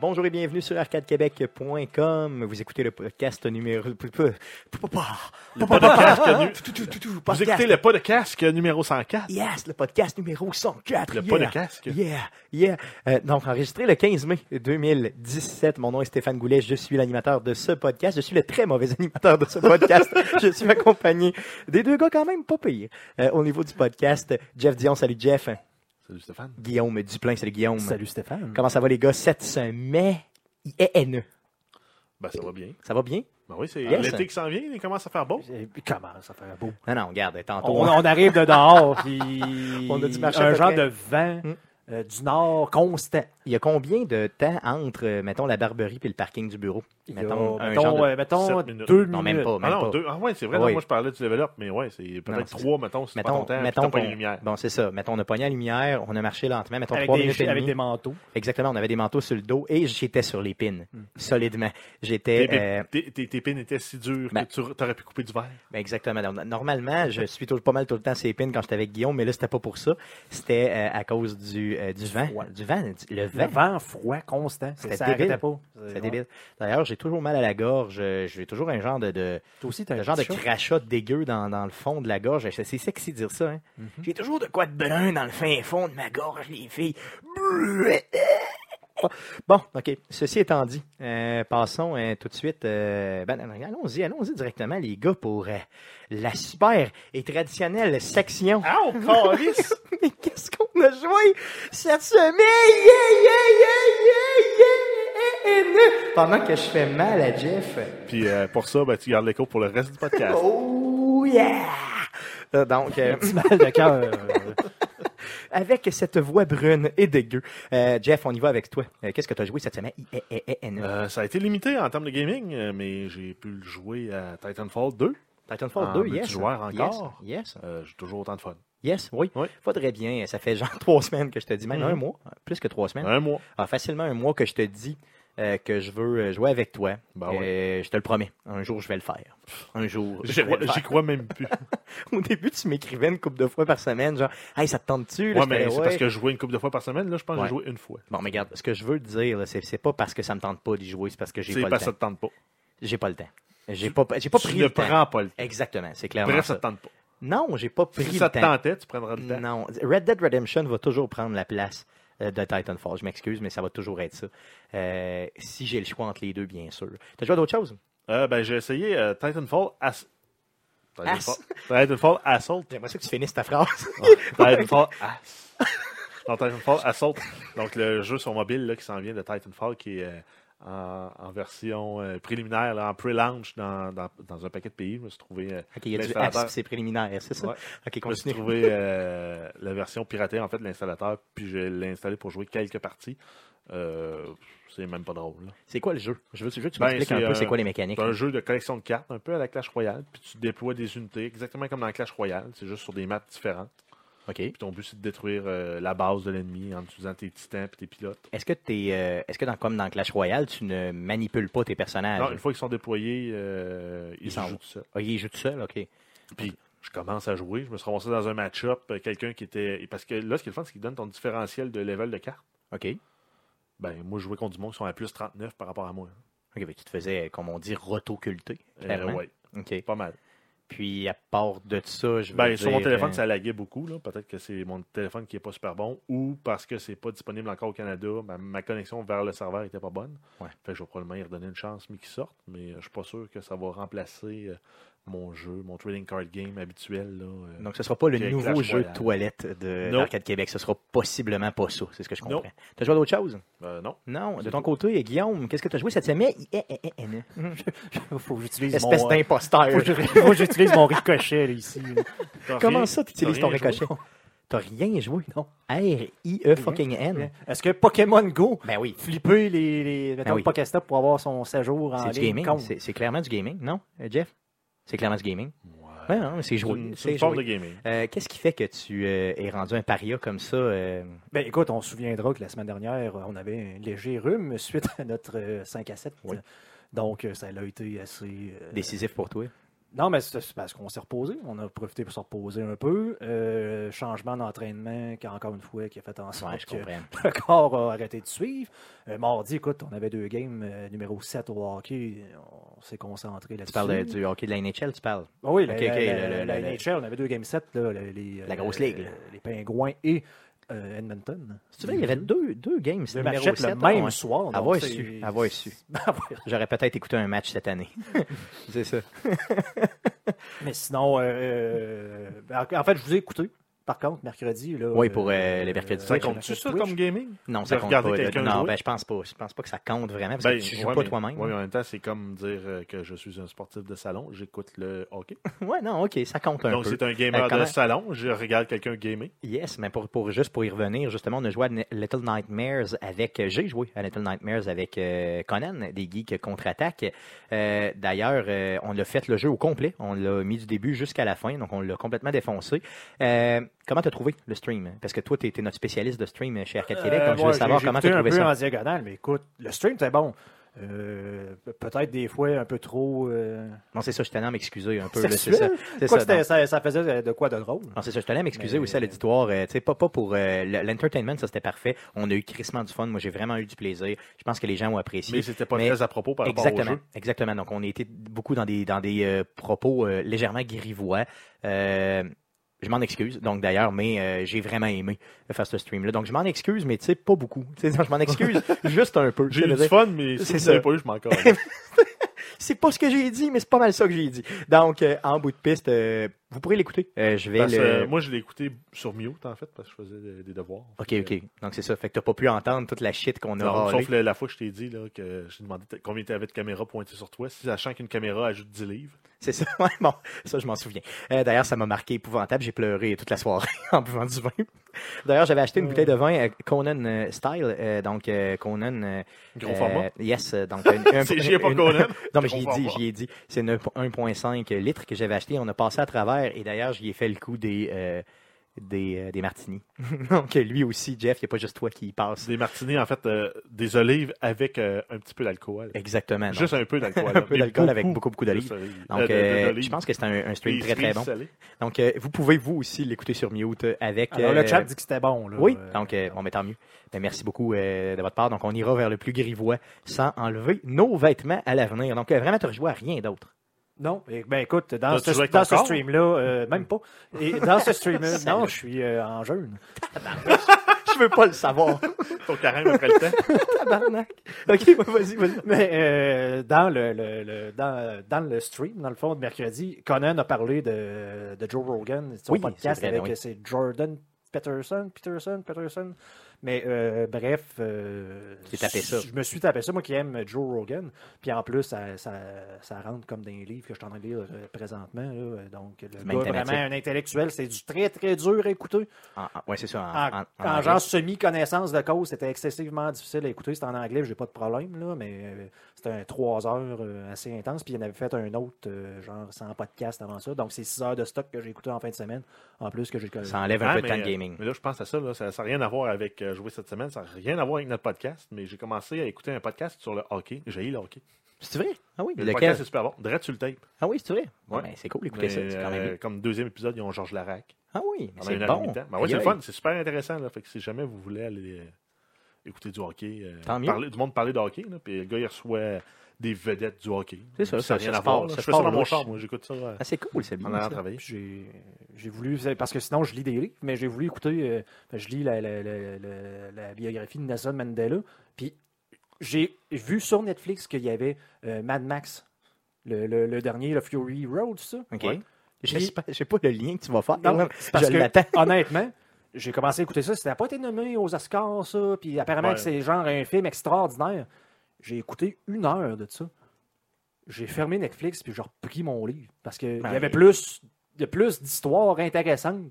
Bonjour et bienvenue sur arcadequebec.com. Vous écoutez le podcast numéro. Le podcast nu- Vous Podcast. écoutez le pas de casque euh, numéro 104. Yes, le podcast numéro 104. Le yeah. pas de casque. Yeah, yeah. Euh, donc, enregistré le 15 mai 2017. Mon nom est Stéphane Goulet. Je suis l'animateur de ce podcast. Je suis le très mauvais animateur de ce podcast. je suis accompagné des deux gars quand même pas pires. Euh, au niveau du podcast, Jeff Dion. Salut, Jeff. Salut Stéphane. Guillaume Duplain. Salut, Guillaume. Salut Stéphane. Comment ça va, les gars? 7 semaines. INE. Ben, ça va bien. Ça va bien? Ben oui, c'est Yes. l'été qui s'en vient. Il commence à faire beau. Et Eh, puis, Comment ça fait beau? Non, non, regarde, tantôt. On, on arrive de dehors, puis On a dû marcher à un peu genre près. de vent Mm. euh, du nord constant. Il y a combien de temps entre, euh, mettons, la barberie et le parking du bureau? Il y a, Mettons, un genre mettons, de- euh, mettons sept minutes. deux minutes. Non, même pas, Ah même non, pas. deux. Ah ouais, c'est vrai. non, Oui. moi, je parlais du level up, mais ouais, c'est Non, non, peut-être c'est- trois, mettons, si c'est pas ton temps, puis t'as mettons pas les qu'on- lumières. Bon, c'est ça. Mettons, on a pogné la lumière, on a marché lentement, mettons Avec, trois des, minutes et avec des demie. manteaux. Exactement, on avait des manteaux sur le dos et j'étais sur les pins, solidement. Tes J'étais... pin- euh, Tes tes- tes pins étaient si durs Ben- que tu aurais pu couper du verre. ben, exactement. Donc, normalement, je suis tout- pas mal tout le temps ces pins quand j'étais avec Guillaume, mais là, c'était pas pour ça. C'était euh, à cause du, euh, du vent. Froid. Du vent, du- le Le vent. vent froid constant. C'est- C'était Ça débile. n'arrêtait pas. C'est débile. D'ailleurs, j'ai toujours mal à la gorge. euh, J'ai toujours un genre de, de- Toi aussi, t'as le un genre de petit chat. crachat dégueu dans, dans le fond de la gorge. C'est c'est sexy de dire ça. Hein? J'ai toujours de quoi de brun dans le fin fond de ma gorge, les filles. Bon, OK. Ceci étant dit, euh, passons euh, tout de suite. euh, ben, allons-y, allons-y directement, les gars, pour euh, la super et traditionnelle section. Ah, oh, calice! Mais qu'est-ce qu'on a joué cette semaine? Yeah, yeah, yeah, yeah, yeah, yeah. Pendant que je fais mal à Jeff. Puis euh, pour ça, ben, tu gardes l'écho pour le reste du podcast. Oh yeah! Euh, Donc, euh, Petit mal de cœur. euh, avec cette voix brune et dégueu, euh, Jeff, on y va avec toi. Euh, Qu'est-ce que tu as joué cette semaine? E, I-E-E-E-N. Euh, ça a été limité en termes de gaming, euh, mais j'ai pu le jouer à Titanfall 2. Titanfall en 2, yes. multijoueur ah, encore? Yes, yes, Euh, j'ai toujours autant de fun. yes, oui. Oui. Faudrait bien, ça fait genre trois semaines que je te dis, même Mhm. un mois, plus que trois semaines. Un mois. Ah, facilement un mois que je te dis euh, que je veux euh, jouer avec toi. Ben ouais. Euh, je te le promets. Un jour, je vais le faire. Un jour. je J'y vais le crois, faire. j'y crois même plus. Au début, tu m'écrivais une couple de fois par semaine, genre, hey, ça te tente-tu? Là, Ouais, j'étais mais là, c'est ouais. parce que je jouais une couple de fois par semaine. Là, je pense que Ouais. j'ai joué une fois. Bon, mais regarde, ce que je veux te dire, là, c'est, c'est pas parce que ça me tente pas d'y jouer, c'est parce que j'ai C'est pas parce le que ça temps. te tente pas. J'ai pas le temps. J'ai pas, j'ai pas tu pris ne le temps. prends pas le temps. Exactement, c'est clairement Bref, ça ça. te tente pas. Non, j'ai pas pris Si le ça te temps. tentait, tu prendras le temps. Non, Red Dead Redemption va toujours prendre la place euh, de Titanfall. Je m'excuse, mais ça va toujours être ça. Euh, si j'ai le choix entre les deux, bien sûr. T'as joué à d'autres choses? Euh, ben, j'ai essayé euh, Titanfall Ass... Ass- Titanfall, Titanfall Assault. J'aimerais ça que tu finisses ta phrase. Titanfall Ass. Non, Titanfall Assault. Donc, le jeu sur mobile là, qui s'en vient de Titanfall qui est euh, en, en version euh, préliminaire, là, en pre-launch dans, dans, dans un paquet de pays. Je me suis trouvé, euh, OK, il y a du l'installateur- As, c'est préliminaire, c'est ça? Ouais. Ben, OK, je me suis continue. trouvé euh, la version piratée, en fait, de l'installateur. Puis, je l'ai installé pour jouer quelques parties. Euh, c'est même pas drôle. là. C'est quoi le jeu? Je veux, je veux que tu Ben, m'expliques c'est, un peu euh, c'est quoi les mécaniques. C'est un jeu de collection de cartes, un peu à la Clash Royale. Puis tu déploies des unités, exactement comme dans Clash Royale. C'est juste sur des maps différentes. OK. Puis ton but, c'est de détruire euh, la base de l'ennemi en utilisant tes titans et tes pilotes. Est-ce que, t'es, euh, est-ce que dans, comme dans Clash Royale, tu ne manipules pas tes personnages? Non, une fois qu'ils sont déployés, euh, ils, Ah, Ils s'en jouent vont. tout seuls. Ah, ils jouent tout seuls, OK. Puis je commence à jouer. Je me suis ramassé dans un match-up. euh, Quelqu'un qui était. Parce que là, ce qui est le fun, c'est qu'ils donnent ton différentiel de level de carte. OK. OK, Ben, moi, je jouais contre du monde qui sont à plus 39 par rapport à moi. hein. ben, tu te faisais, comme on dit, rotoculter, Euh, clairement. ouais, OK. pas mal. Puis, à part de ça, je veux Ben, dire, sur mon téléphone, euh, ça laguait beaucoup. là. Peut-être que c'est mon téléphone qui n'est pas super bon ou parce que c'est pas disponible encore au Canada. ma- ma connexion vers le serveur était pas bonne. Ouais. Fait que je vais probablement y redonner une chance, mais qui sorte. Mais euh, je suis pas sûr que ça va remplacer euh, mon jeu, mon trading card game habituel. Là, euh. Donc, ce sera pas le Puis, nouveau Clash jeu de Royale. toilette de, Non. d'Arcade Québec. Ce sera possiblement pas ça. C'est ce que je Non. comprends. T'as joué à d'autres choses? Euh, non. Non. De C'est ton tout. côté, Guillaume, qu'est-ce que t'as joué cette semaine? Eh, eh, eh, eh, eh. Faut que j'utilise mon... Espèce euh, d'imposteur. faut que je- faut que j'utilise mon ricochet, là, ici. T'as Comment rien- ça, tu t'as utilises ton rien joué? ricochet? T'as rien joué? Non. R-I-E E fucking N. Est-ce que Pokémon Go Ben oui. flipper les, les mettons, Ah oui. Pokéstop pour avoir son séjour en C'est du ligne gaming. compte. C'est, c'est clairement du gaming, non, euh, Jeff? C'est clairement du gaming. Ouais. Ouais, non, c'est Ben, C'est joué. une, c'est c'est une forme joué. de gaming. Euh, qu'est-ce qui fait que tu euh, es rendu un paria comme ça? euh, Ben, écoute, on se souviendra que la semaine dernière, euh, on avait un léger rhume suite à notre euh, 5 à 7. Oui. Donc, euh, ça a été assez. euh, décisif pour toi. Non, mais c'est c'est parce qu'on s'est reposé. On a profité pour se reposer un peu. Euh, changement d'entraînement, qui encore une fois, qui a fait en sorte Ouais, je que comprends. le corps a arrêté de suivre. Euh, mardi, écoute, on avait deux games, euh, numéro 7 au hockey. On s'est concentré là-dessus. Tu parles de- du hockey de la NHL, tu parles. Ah oui, la, Ok, la- ok, la- le- le- la le- NHL, on avait deux games 7. Là, les- les, La euh, grosse ligue, là. Les Pingouins et euh, Edmonton. Tu vois, il y avait deux, Mm-hmm. deux games, Deux c'était numéro matchs le sept, même ouais. soir. donc Avoir c'est- Ah su, avoir su. Avoir J'aurais peut-être écouté un match cette année. c'est ça. Mais sinon, euh, euh, en en fait, je vous ai écouté. Par contre, mercredi, là. Oui, pour, euh, les mercredis. Ça Ouais, compte-tu mercredi ça Twitch. comme gaming? Non, De ça compte pas. regarder là. quelqu'un Non, jouer? ben, je pense pas. Je pense pas que ça compte vraiment parce que tu joues Ben, ouais, pas mais- toi-même. ouais, mais Ben, Ouais, en même temps, c'est comme dire euh, que je suis un sportif de salon, j'écoute le hockey. non, ok, ça compte un Donc, peu. c'est un gamer Euh, comment- de salon, je regarde quelqu'un gamer. Yes, mais pour, pour juste pour y revenir, justement, on a joué à N- Little Nightmares avec. euh, J'ai joué à Little Nightmares avec euh, Conan, des geeks contre-attaque. Euh, D'ailleurs, euh, on l'a fait le jeu au complet. On l'a mis du début jusqu'à la fin, donc on l'a complètement défoncé. Euh, comment t'as trouvé le stream Parce que toi, t'es t'es notre spécialiste de stream chez Arcade Québec, donc je moi, veux savoir euh, j'ai- comment j'ai t'as écouté trouvé un ça. peu en diagonale, mais écoute, le stream, c'est bon. Euh, pe- Peut-être des fois un peu trop. euh, Non, c'est ça, je tenais à m'excuser un peu. là, C'est sexuel. ça. C'est Quoi ça, que c'était- ça, ça faisait de quoi de drôle. Non, c'est ça, je tenais à m'excuser Mais- aussi à l'auditoire. euh, tu sais, pas, pas pour euh, le- l'entertainment, ça c'était parfait. On a eu crissement du fun. Moi, j'ai vraiment eu du plaisir. Je pense que les gens ont apprécié. Mais c'était pas mais- très à propos par rapport au Exactement, jeu. exactement. Donc, on était beaucoup dans des, dans des euh, propos euh, légèrement grivois. Euh, je m'en excuse, donc d'ailleurs, mais euh, j'ai vraiment aimé faire ce stream-là. Donc, je m'en excuse, mais tu sais, pas beaucoup. Tu sais, non, je m'en excuse juste un peu. J'ai Je eu veux du dire, fun, mais c'est si vous ça. n'avez pas eu, je m'en casse. C'est pas ce que j'ai dit, mais c'est pas mal ça que j'ai dit. Donc, euh, en bout de piste, euh, vous pourrez l'écouter. Euh, je vais Parce que, le... euh, Moi, je l'ai écouté sur mute, en fait, parce que je faisais des- des devoirs. OK, OK. Donc, c'est ça. Fait que t'as pas pu entendre toute la shit qu'on a Non, râlée. sauf la, la fois que je t'ai dit là, que je t'ai demandé t- combien tu avais de caméras pointées sur toi, si sachant qu'une caméra ajoute 10 livres. C'est ça. Ouais, bon, ça, je m'en souviens. Euh, D'ailleurs, ça m'a marqué épouvantable. J'ai pleuré toute la soirée en buvant du vin. D'ailleurs, j'avais acheté une bouteille de vin euh, Conan euh, Style. euh, donc, euh, Conan. euh, Gros euh, format. Yes. euh, Donc, une- un- C'est- j'y ai pas une- Conan. Non, mais j'y Gros ai dit, format. j'y ai dit. C'est une 1,5 litres que j'avais acheté. On a passé à travers et d'ailleurs, j'y ai fait le coup des. euh, des, euh, des martinis. Donc, lui aussi, Jeff, il n'y a pas juste toi qui y passe. Des martinis, en fait, euh, des olives avec euh, un petit peu d'alcool. Exactement. donc. Juste un peu d'alcool. un peu d'alcool avec beaucoup, beaucoup d'olives. Donc, euh, je pense que c'est un, un stream c'est très, très bon. Donc, euh, vous pouvez, vous aussi, l'écouter sur mute euh, avec... Alors, euh, le chat dit que c'était bon. Là, Oui, Euh, donc, euh, bon, mais tant mieux. Ben, merci beaucoup euh, de votre part. Donc, on ira vers le plus grivois sans enlever nos vêtements à l'avenir. Donc, euh, vraiment, tu rejoues à rien d'autre. Non, et- ben écoute, dans Là, tu joues ce, avec dans ton ce corps? stream-là, euh, même pas. Et dans ce stream-là, Salut. non, je suis euh, en jeûne. Je veux pas le savoir. Ton carême après le temps. Tabarnak. OK, ouais, vas-y, vas-y. Mais euh, dans, le, le- le- dans, dans le stream, dans le fond, de mercredi, Conan a parlé de, de Joe Rogan, son Oui, podcast c'est vrai, avec euh, ben oui. c'est Jordan Peterson, Peterson, Peterson. Mais euh, bref, euh, Tu t'es tapé ça. je me suis tapé ça, moi qui aime Joe Rogan. Puis en plus, ça, ça, ça rentre comme dans les livres que je suis en train de lire euh, présentement. là. Donc, le même gars, thématique. vraiment un intellectuel, c'est du très, très dur à écouter. En- en- ouais, c'est ça. En, En, en- Ah, en en anglais. genre semi-connaissance de cause, c'était excessivement difficile à écouter. C'était en anglais, j'ai pas de problème, là, mais euh, c'était un 3 heures euh, assez intense. Puis il y en avait fait un autre, euh, genre sans podcast avant ça. Donc c'est 6 heures de stock que j'ai écouté en fin de semaine. En plus que j'ai Ça enlève un Ah, peu de mais, temps de euh, gaming. Mais là, je pense à ça. Là, ça n'a rien à voir avec euh, jouer cette semaine. Ça n'a rien à voir avec notre podcast. Mais j'ai commencé à écouter un podcast sur le hockey. J'ai eu le hockey. C'est vrai? Ah oui, Le lequel? podcast est super bon. Direct sur le tape. Ah oui, c'est vrai? Ouais, Ouais. ben, c'est cool d'écouter ça. Mais, C'est quand même... euh, comme deuxième épisode, ils ont Georges Larac. Ah oui, mais Pendant c'est une heure et bon. demie de temps. Ben ouais, c'est le Aïe, fun. aïe. C'est super intéressant. Là, fait que si jamais vous voulez aller euh, écouter du hockey, euh, Tant mieux. parler- du monde parler de hockey, là, puis le gars, il reçoit des vedettes du hockey. C'est ça, Ça n'a ça- rien ça à se voir. passe- là. ça Je se fais ça dans passe mon louche. chambre. moi, J'écoute ça euh, Ah, c'est cool, c'est bien. en allant ça. travailler. J'ai j'ai voulu, parce que sinon je lis des livres, mais j'ai voulu écouter, euh, je lis la, la- la- la- la biographie de Nelson Mandela. Puis j'ai vu sur Netflix qu'il y avait euh, Mad Max, le, le- le dernier, le Fury Road, ça. OK. Ouais. Je Puis- sais pas- je sais pas le lien que tu vas faire. Non, là. c'est parce je que- l'attends. honnêtement, j'ai commencé à écouter ça. Ça n'a pas été nommé aux Oscars, ça. Puis apparemment, Ouais. que c'est genre un film extraordinaire. J'ai écouté une heure de ça. J'ai fermé Netflix, puis j'ai repris mon livre. Parce qu'il Ben, y avait oui. plus, il y a plus d'histoires intéressantes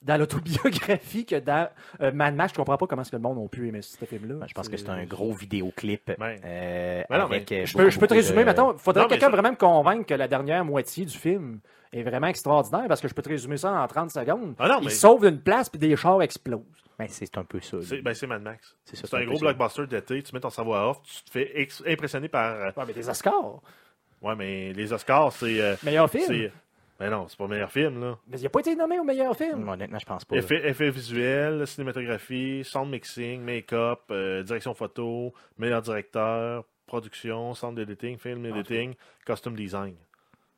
dans l'autobiographie que dans euh, Mad Max. Je comprends pas comment est-ce que le monde a pu aimer ce film-là. Ben, je pense que c'est un gros vidéoclip. Ben. euh, Ben non, avec, euh, Je beaucoup, peux, je peux te beaucoup résumer, de- mettons. Faudrait Non, que mais quelqu'un ça- vraiment me convainque que la dernière moitié du film est vraiment extraordinaire parce que je peux te résumer ça en 30 secondes. Ah non, Ils mais- sauvent une place puis des chars explosent. Ben, c'est un peu ça. là. C'est ben, c'est Mad Max. C'est ça, C'est c'est un un gros peu ça. blockbuster d'été. Tu mets ton cerveau à off. Tu te fais ex- impressionner par. euh, Ouais, mais des Oscars. Ouais, mais les Oscars, c'est. euh, Meilleur film. c'est- Mais non, c'est pas le meilleur film, là. Mais il n'a pas été nommé au meilleur film. Honnêtement, je pense pas. là. Effet, effet visuel, cinématographie, sound mixing, make-up, euh, direction photo, meilleur directeur, production, sound editing, film editing, costume design.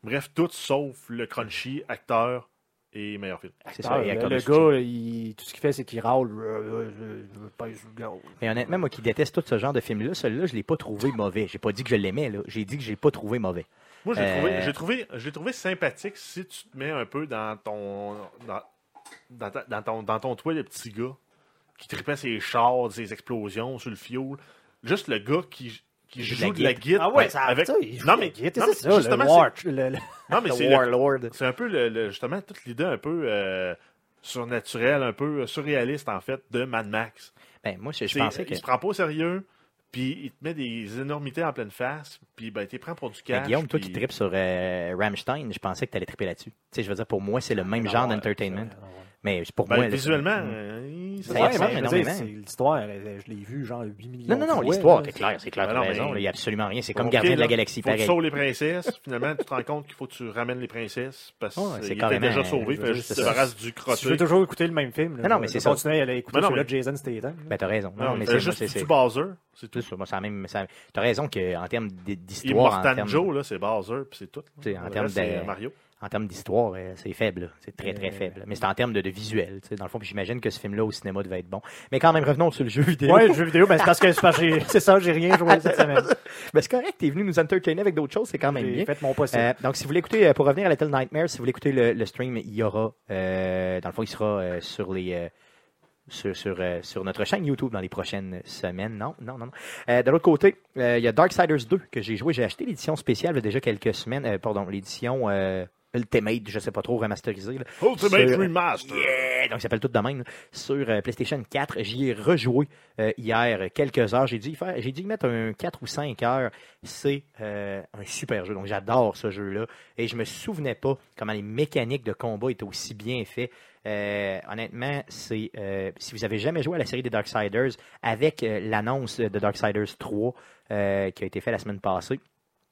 Bref, tout sauf le crunchy, acteur et meilleur film. C'est ça, il y a Ah, le, comme le un soutien. gars, il- tout ce qu'il fait, c'est qu'il râle. Euh, euh, je- je pèse le gaz. Mais honnêtement, moi qui déteste tout ce genre de film-là, celui-là, je l'ai pas trouvé mauvais. J'ai pas dit que je l'aimais, là. J'ai dit que j'ai pas trouvé mauvais. Moi, je l'ai Euh, trouvé, j'ai trouvé, je l'ai trouvé sympathique si tu te mets un peu dans ton, dans, dans, ta- dans ton, dans ton toit, le petit gars qui tripait ses chars, ses explosions sur le fioul. Juste le gars qui, qui Joue de joue la de la guitare. Ah guitare. avec... Ah ça, il joue non, la mais, guitare, non, mais c'est ça, justement, le c'est- Warch. le- le- non, mais c'est Le le- Ben, Warlord. c'est un peu le, le- justement toute l'idée un peu euh, surnaturelle, un peu surréaliste en fait de Mad Max. Ben, moi, je, je C'est- pensais que. Il se prend pas au sérieux, puis il te met des énormités en pleine face, puis ben, t'es prends pour du Mais cash. Guillaume, toi qui puis- tripes sur euh, Rammstein, je pensais que t'allais triper là-dessus. Tu sais, je veux dire, pour moi, Ah, c'est le même genre d'entertainment. Mais c'est pour Ben, moi. là, visuellement, c'est- euh, Ça c'est- y Ouais, ressemble mais je veux dire, énormément. c'est l'histoire, euh, je l'ai vu genre 8 millions Non, non, non, de fois, l'histoire, là. c'est clair, c'est clair, Ben t'as non, mais- raison. là, Il y a absolument rien. C'est Bon, comme ok, Gardien de la là, Galaxie, faut que tu pareil. sauves les princesses. Finalement, tu te rends compte qu'il faut que tu ramènes les princesses parce Ouais, c'est qu'il était carrément, euh, déjà je sauvé. veux Fait dire, juste c'est se ça. débarrasse du Si tu veux crotté. toujours écouter le même film, là, Non, non, mais c'est ça. Continuer à aller écouter Non, non, celui-là mais- de Jason Statham. là. Ben, t'as raison. Non, mais c'est c'est moi, juste c'est- tu c'est Bowser, c'est tout tout. ça. Moi, c'est la même. ça- T'as raison qu'en termes d- d'histoire. en Immortan termes- Joe, là, c'est Bowser, puis c'est tout. Tu sais, en Le termes reste, c'est euh, de- Mario. en termes d'histoire, euh, c'est faible. là. C'est très, très Euh, faible. Mais c'est en termes de, de visuel. tu sais. Dans le fond, puis j'imagine que ce film-là au cinéma devait être bon. Mais quand même, revenons sur le jeu vidéo. Ouais, le jeu vidéo, ben, c'est parce que c'est parce que j'ai- c'est ça, j'ai rien joué cette semaine. Ben, c'est correct, t'es venu nous entertainer avec d'autres choses, c'est quand même bien. J'ai fait mon possible. Euh, donc, si vous voulez écouter, euh, pour revenir à Little Nightmares, si vous voulez écouter le, le stream, il y aura, euh, dans le fond, il sera euh, sur les... euh, sur, sur, euh, sur notre chaîne YouTube dans les prochaines semaines. Non, non, non. non. Euh, de l'autre côté, euh, il y a Darksiders 2 que j'ai joué. J'ai acheté l'édition spéciale il y a déjà quelques semaines. Euh, pardon, l'édition euh, Ultimate, je sais pas trop, remasterisée. là. Ultimate Sur- Remaster. Yeah! Donc, il s'appelle tout de même. là, Sur euh, PlayStation 4, j'y ai rejoué euh, hier euh, quelques heures. J'ai dû, y faire, j'ai dû y mettre un 4 ou 5 heures. C'est euh, un super jeu. Donc, j'adore ce jeu-là. Et je me souvenais pas comment les mécaniques de combat étaient aussi bien faites. Euh, honnêtement, c'est euh, si vous avez jamais joué à la série des Darksiders, avec euh, l'annonce de Darksiders 3 euh, qui a été faite la semaine passée,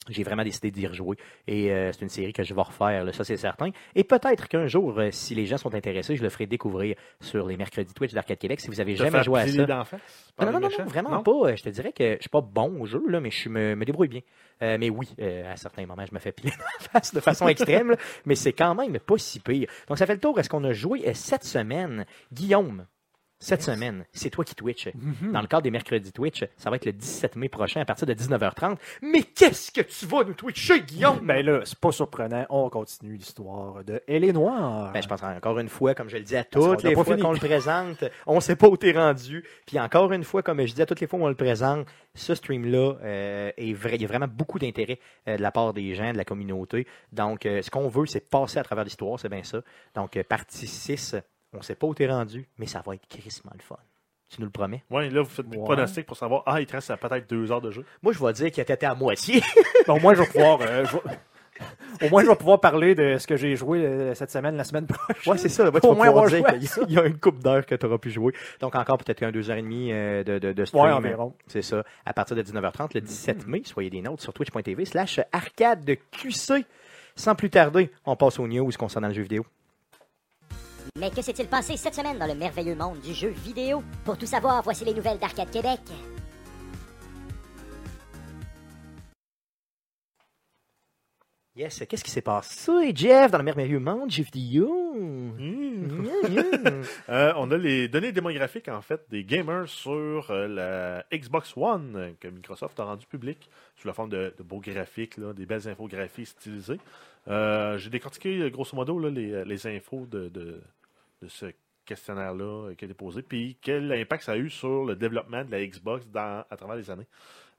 j'ai vraiment décidé d'y rejouer. Et euh, c'est une série que je vais refaire, là, ça c'est certain. Et peut-être qu'un jour, euh, si les gens sont intéressés, je le ferai découvrir sur les mercredis Twitch d'Arcade Québec. Si vous avez Te jamais faire joué à piler ça. d'en face par Non, non, les non, méchants. non, vraiment pas. Euh, Je te dirais que je suis pas bon au jeu, là, mais je suis- me, me débrouille bien. Euh, mais oui, euh, à certains moments, je me fais piler dans la face de façon extrême, là, mais c'est quand même pas si pire. Donc, ça fait le tour. Est-ce qu'on a joué euh, cette semaine? Guillaume, cette semaine, c'est toi qui Twitch. Mm-hmm. Dans le cadre des mercredis Twitch, ça va être le 17 mai prochain à partir de 19h30. Mais qu'est-ce que tu vas nous twitcher, Guillaume? Ben là, c'est pas surprenant, on continue l'histoire de Elle est noire. Ben, je pense encore une fois, comme je le dis à qu'on toutes Ah. l'a les pas fois fini. qu'on le présente, on ne sait pas où t'es rendu. Puis encore une fois, comme je dis à toutes les fois où on le présente, ce stream-là euh, est vrai. Il y a vraiment beaucoup d'intérêt euh, de la part des gens, de la communauté. Donc, euh, ce qu'on veut, c'est passer à travers l'histoire, c'est bien ça. Donc, euh, partie 6, on ne sait pas où t'es rendu, mais ça va être crissement le fun. Tu nous le promets? Ouais, là, vous faites des Ouais. pronostics pour savoir, ah, il te reste à peut-être deux heures de jeu. Moi, je vais dire qu'il était à moitié. Au moins, je vais pouvoir. euh, je vais- Au moins, je vais pouvoir parler de ce que j'ai joué euh, cette semaine, la semaine prochaine. Ouais, c'est ça. Là, tu Au vas moins, pouvoir on va dire jouer à qu'il y a- il y a une coupe d'heures que tu auras pu jouer. Donc, encore peut-être un deux heures et demie euh, de, de, de stream. Ouais, environ. C'est ça. À partir de 19h30, le 17 mai, soyez des nôtres sur twitch.tv slash arcade de QC. Sans plus tarder, on passe aux news concernant le jeu vidéo. Mais que s'est-il passé cette semaine dans le merveilleux monde du jeu vidéo Pour tout savoir, voici les nouvelles d'Arcade Québec. Yes, qu'est-ce qui s'est passé, Jeff, dans le merveilleux monde du jeu vidéo? Hmm. Yeah, yeah. Euh, on a les données démographiques, en fait, des gamers sur euh, la Xbox One euh, que Microsoft a rendu publique sous la forme de, de beaux graphiques, là, des belles infographies stylisées. Euh, J'ai décortiqué, euh, grosso modo, là, les, euh, les infos de, de- de ce questionnaire-là euh, qui est déposé, puis quel impact ça a eu sur le développement de la Xbox dans- à travers les années.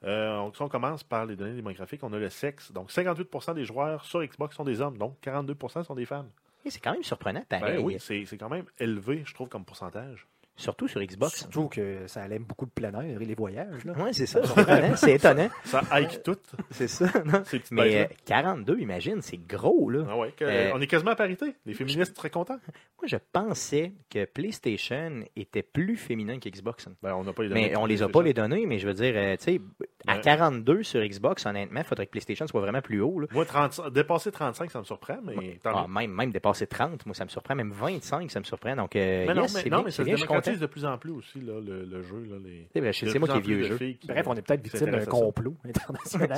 Euh, donc, si on commence par les données démographiques, on a le sexe. Donc, 58% des joueurs sur Xbox sont des hommes, donc 42% sont des femmes. Et c'est quand même surprenant, Ben pareil. oui, c'est c'est quand même élevé, je trouve, comme pourcentage. Surtout sur Xbox. Surtout que ça allait beaucoup de plein air et les voyages. Là. Ouais, c'est ça. c'est étonnant, C'est étonnant. Ça hike tout, C'est ça. non? ces petites Mais euh, bêtes-là. 42, imagine, c'est gros, là. Ah ouais, que- euh, on est quasiment à parité. Les féministes très contents. Moi, je pensais que PlayStation était plus féminin que Xbox. Ben, on n'a pas les Mais on les a pas les données, mais je veux dire, euh, tu sais, à Ouais. 42 sur Xbox, honnêtement, il faudrait que PlayStation soit vraiment plus haut. Là. Moi, 35 dépasser 35, ça me surprend, mais tant Ah, mieux. même, même dépasser 30, moi, ça me surprend. Même 25, ça me surprend. Donc, euh, Mais non, yes, mais, c'est non, bien, mais c'est ça se bien, je suis content. démocratise de plus en plus aussi, là, le, le jeu. Là, les... C'est vrai, il y a c'est de moi plus qui en ai plus vieux de jeu. filles qui- Bref, on est peut-être victime d'un s'intéresse à ça. complot international.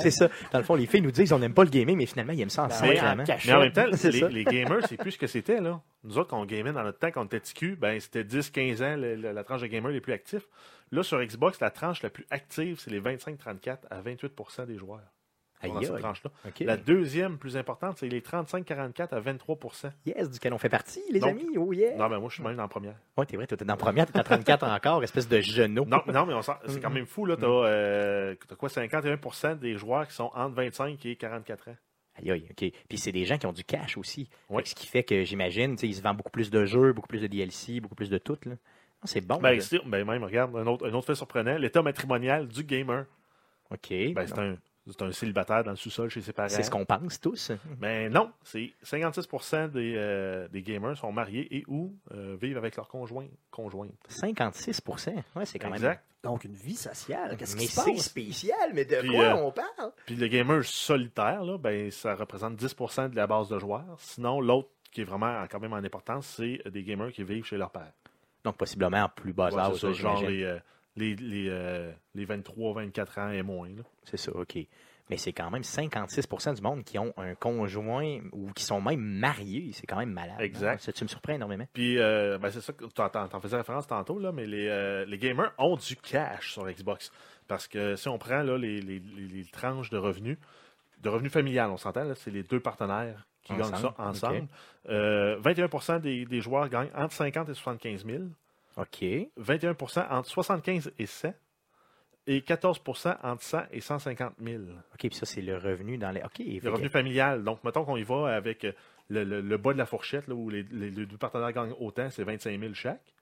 C'est ça. Dans le fond, les filles nous disent on n'aime pas le gaming, mais finalement, ils aiment ça en Ben sacrament. oui, en cachette. Mais en même temps, C'est ça. les, les gamers, c'est plus ce que c'était. là. Nous autres, quand on gamait dans notre temps, quand on était TQ, ben, c'était 10-15 ans, le- le- la tranche de gamers les plus actifs. Là, sur Xbox, la tranche la plus active, c'est les 25-34 à 28 des joueurs. Aïe, Dans cette aïe. tranche-là. OK. La deuxième plus importante, c'est les 35-44 à 23 Yes, duquel on fait partie, les Donc- amis. Oh yeah. Non, mais moi, je suis même dans la première. Ouais, t'es vrai, t'étais dans la première, t'étais à 34 encore, espèce de genou. Non, non mais on s'en- c'est quand même fou. là. T'as euh, t'as quoi, 51 des joueurs qui sont entre 25 et 44 ans. Aïe, aïe, OK. Puis c'est des gens qui ont du cash aussi. Ouais. Fait que Ce qui fait que, j'imagine, tu sais, ils se vendent beaucoup plus de jeux, beaucoup plus de DLC, beaucoup plus de tout. là. Non, C'est bon. Ben, là. ici, ben, même, regarde, un autre, un autre fait surprenant, l'état matrimonial du gamer. OK. Ben, c'est un, c'est un célibataire dans le sous-sol chez ses parents. c'est ce qu'on pense tous. Ben non, c'est 56% des, euh, des gamers sont mariés et ou euh, vivent avec leur conjoint, conjointe. 56 Ouais, c'est quand euh, même. Exact. Donc, une vie sociale, qu'est-ce mais qui se c'est passe? spécial, mais de Puis, quoi euh, on parle? Puis le gamer solitaire, là, ben, ça représente 10% de la base de joueurs. Sinon, l'autre qui est vraiment en- quand même en importance, c'est des gamers qui vivent chez leur père. Donc, possiblement en plus bas Ouais, âge, c'est ça, genre j'imagine. les, euh, les, les, euh, les 23, 24 ans et moins. là. C'est ça, OK. Mais c'est quand même 56 du monde qui ont un conjoint ou qui sont même mariés. C'est quand même malade. Exact. non? Ça, tu me surprends énormément. Puis, euh, ben, c'est ça que t'en- t'en t'en faisais référence tantôt, là, mais les, euh, les gamers ont du cash sur Xbox. Parce que si on prend là, les, les- les- les tranches de revenus, de revenus familial, on s'entend, là, c'est les deux partenaires qui gagnent ça Ensemble, ensemble. ok. Euh, 21 des, des joueurs gagnent entre 50 et 75 000, OK. 21 entre 75 et 100, et 14 entre 100 et 150 000. OK, puis ça, c'est le revenu dans les. OK. fait que- Le revenu familial. Donc, mettons qu'on y va avec euh, le, le- le bas de la fourchette, là, où les, les- les deux partenaires gagnent autant, c'est 25 000 chaque.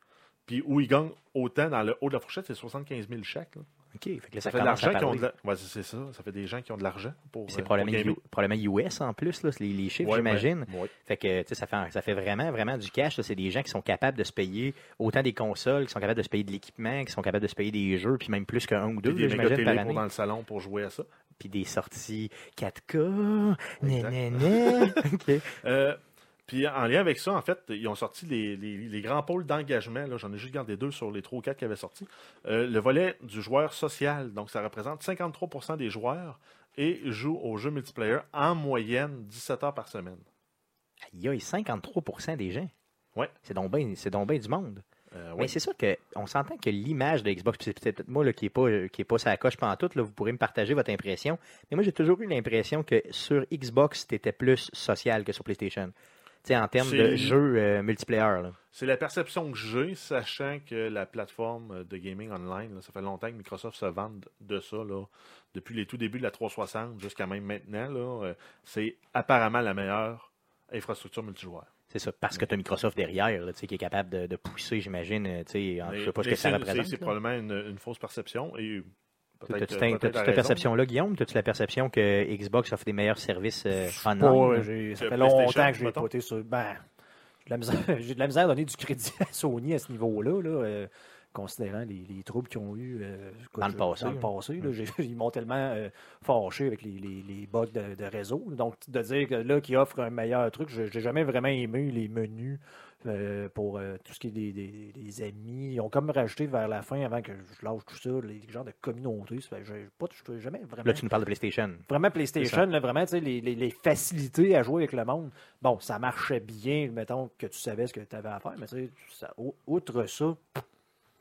Puis où ils gagnent autant dans le haut de la fourchette, c'est 75 000 chaque. là. OK. Fait que là, Ça, ça, fait de commence à l'argent qui ont parler. de la- Ouais, c'est c'est ça. Ça fait des gens qui ont de l'argent pour. C'est euh, probablement, pour gamer. U- probablement US en plus, là, les, les chiffres, Ouais, j'imagine. ben, ouais. Fait que tu sais, ça fait, ça fait vraiment, vraiment du cash. là. C'est des gens qui sont capables de se payer autant des consoles, qui sont capables de se payer de l'équipement, qui sont capables de se payer des jeux, puis même plus qu'un ou deux, Puis là, des méga j'imagine, par télé pour année. dans le salon pour jouer à ça. Puis des sorties 4K, Exact. nanana. OK. Euh, puis en lien avec ça, en fait, ils ont sorti les, les- les grands pôles d'engagement. là. J'en ai juste gardé deux sur les trois ou quatre qui avaient sorti. Euh, le volet du joueur social, donc ça représente 53 des joueurs et jouent aux jeux multiplayer en moyenne 17 heures par semaine. Il y a 53 des gens. Ouais. C'est donc bien ben du monde. Euh, Mais ouais. c'est sûr qu'on s'entend que l'image de Xbox, puis c'est peut-être moi là, qui n'est pas, euh, qui est pas sa coche pantoute, là, vous pourrez me partager votre impression. Mais moi, j'ai toujours eu l'impression que sur Xbox, t'étais plus social que sur PlayStation. Tu sais, en termes de C'est- jeux euh, multiplayer. là. C'est la perception que j'ai, sachant que la plateforme de gaming online, là, ça fait longtemps que Microsoft se vante de ça. là. Depuis les tout débuts de la 360 jusqu'à même maintenant, là, euh, c'est apparemment la meilleure infrastructure multijoueur. C'est ça, parce que tu as Microsoft derrière, là, tu sais, qui est capable de, de pousser, j'imagine. euh, tu sais, en- Je Mais- sais pas ce mais que ça c'est- représente. c'est- C'est là. probablement une, une fausse perception. Et T'as- peut-être euh, T'as-tu t'as- peut-être t'as-tu à cette raison. perception-là, Guillaume? T'as-tu la perception que Xbox offre des meilleurs services euh, online? Pas, là? euh, j'ai- ça Que fait longtemps PlayStation, que j'ai mettons. poté sur. Ben, j'ai de la misère- j'ai de la misère à donner du crédit à Sony à ce niveau-là, là, euh, considérant les, les troubles qu'ils ont eu euh, Dans le je- passé, dans le hein. passé, là, j'ai- ils m'ont tellement euh, fâché avec les, les- les bugs de, de réseau. Donc, de dire que là, qu'ils offrent un meilleur truc, je j'ai jamais vraiment aimé les menus. euh, pour euh, tout ce qui est des, des- des amis. Ils ont comme rajouté vers la fin, avant que je lâche tout ça, les genres de communautés. Ça fait que j'ai pas- Je ne jamais vraiment Là, tu nous parles de PlayStation. Vraiment PlayStation, là, vraiment, tu sais, les, les- les facilités à jouer avec le monde. Bon, ça marchait bien, mettons que tu savais ce que tu avais à faire, mais tu sais, ça- au- outre ça,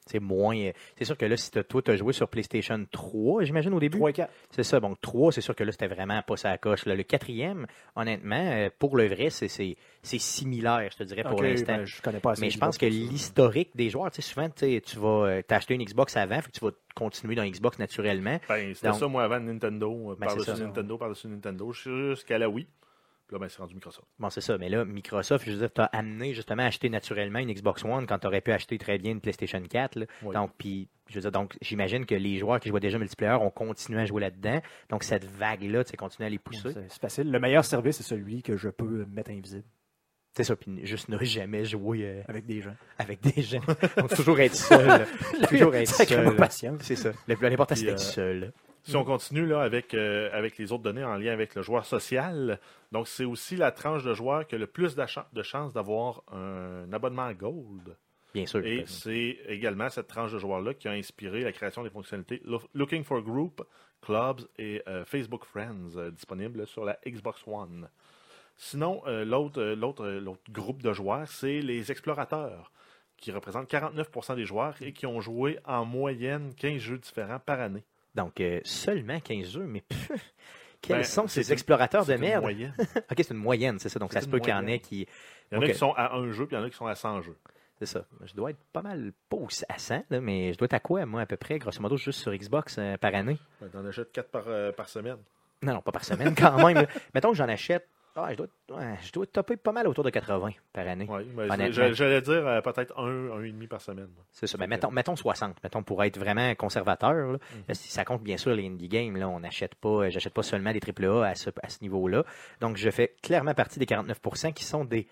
C'est moins. euh, C'est sûr que là, si t'as- toi, tu as joué sur PlayStation 3, j'imagine, au début. 3 et 4. C'est ça. Donc, 3, c'est sûr que là, c'était vraiment pas sa coche. là. Le quatrième, honnêtement, euh, pour le vrai, c'est- c'est c'est similaire, je te dirais, pour l'instant. ben, je connais pas assez mais ben, je les pense que autres pour ça. l'historique des joueurs, tu sais, souvent, tu sais, tu vas euh, t'acheter une Xbox avant, fait que tu vas continuer dans Xbox naturellement. Ben, c'était Donc- ça, moi, avant Nintendo, euh, Ben, c'est par-dessus ça. Nintendo, par-dessus Nintendo, jusqu'à la Wii. Puis là, ben, c'est rendu Microsoft. Bon, c'est ça. Mais là, Microsoft, je veux dire, t'as amené justement à acheter naturellement une Xbox One quand t'aurais pu acheter très bien une PlayStation 4. là. Oui. Donc, puis, je veux dire, donc, j'imagine que les joueurs qui jouaient déjà multiplayer ont continué à jouer là-dedans. Donc, cette vague-là, tu sais, continue à les pousser. C'est c'est facile. Le meilleur service, c'est celui que je peux mettre invisible C'est ça. Puis, juste ne jamais jouer euh, avec des gens. avec des gens. Donc, toujours être seul. là. toujours être Sacrément seul. patience. C'est ça. Le- L'important, c'est Puis, euh, d'être seul. Si on continue là, avec, euh, avec les autres données en lien avec le joueur social, donc c'est aussi la tranche de joueurs qui a le plus d'achan- de chances d'avoir un abonnement à Gold. Bien sûr. Et c'est également cette tranche de joueurs-là qui a inspiré la création des fonctionnalités Lo- Looking for Group, Clubs et euh, Facebook Friends euh, disponibles sur la Xbox One. Sinon, euh, l'autre euh, l'autre, euh, l'autre groupe de joueurs, c'est les explorateurs, qui représentent 49% des joueurs et qui ont joué en moyenne 15 jeux différents par année. Donc, euh, seulement 15 jeux, mais pff, quels Ben, sont c'est ces une- explorateurs C'est de une merde? moyenne. OK, c'est une moyenne, c'est ça. Donc, C'est ça se une peut qu'il y en moyenne. ait qui. Il y en a Ok. qui sont à un jeu, puis il y en a qui sont à 100 jeux. C'est ça. Je dois être pas mal pouce à 100, là, mais je dois être à quoi, moi, à peu près, grosso modo, juste sur Xbox euh, par année? Ben, T'en achètes 4 par, euh, par semaine. Non, non, pas par semaine, quand même. là. Mettons que j'en achète. ah, je, dois, ouais, je dois topper pas mal autour de 80 par année. Oui, mais Honnêtement. je- j'allais dire euh, peut-être un, un et demi par semaine. moi. C'est ça. Ben, Ok. mettons, mettons 60. Mettons pour être vraiment conservateur. là. Euh, Si ça compte bien sûr les indie games, là, on n'achète pas, euh, j'achète pas seulement des AAA à ce, à ce niveau-là. Donc je fais clairement partie des 49% qui sont des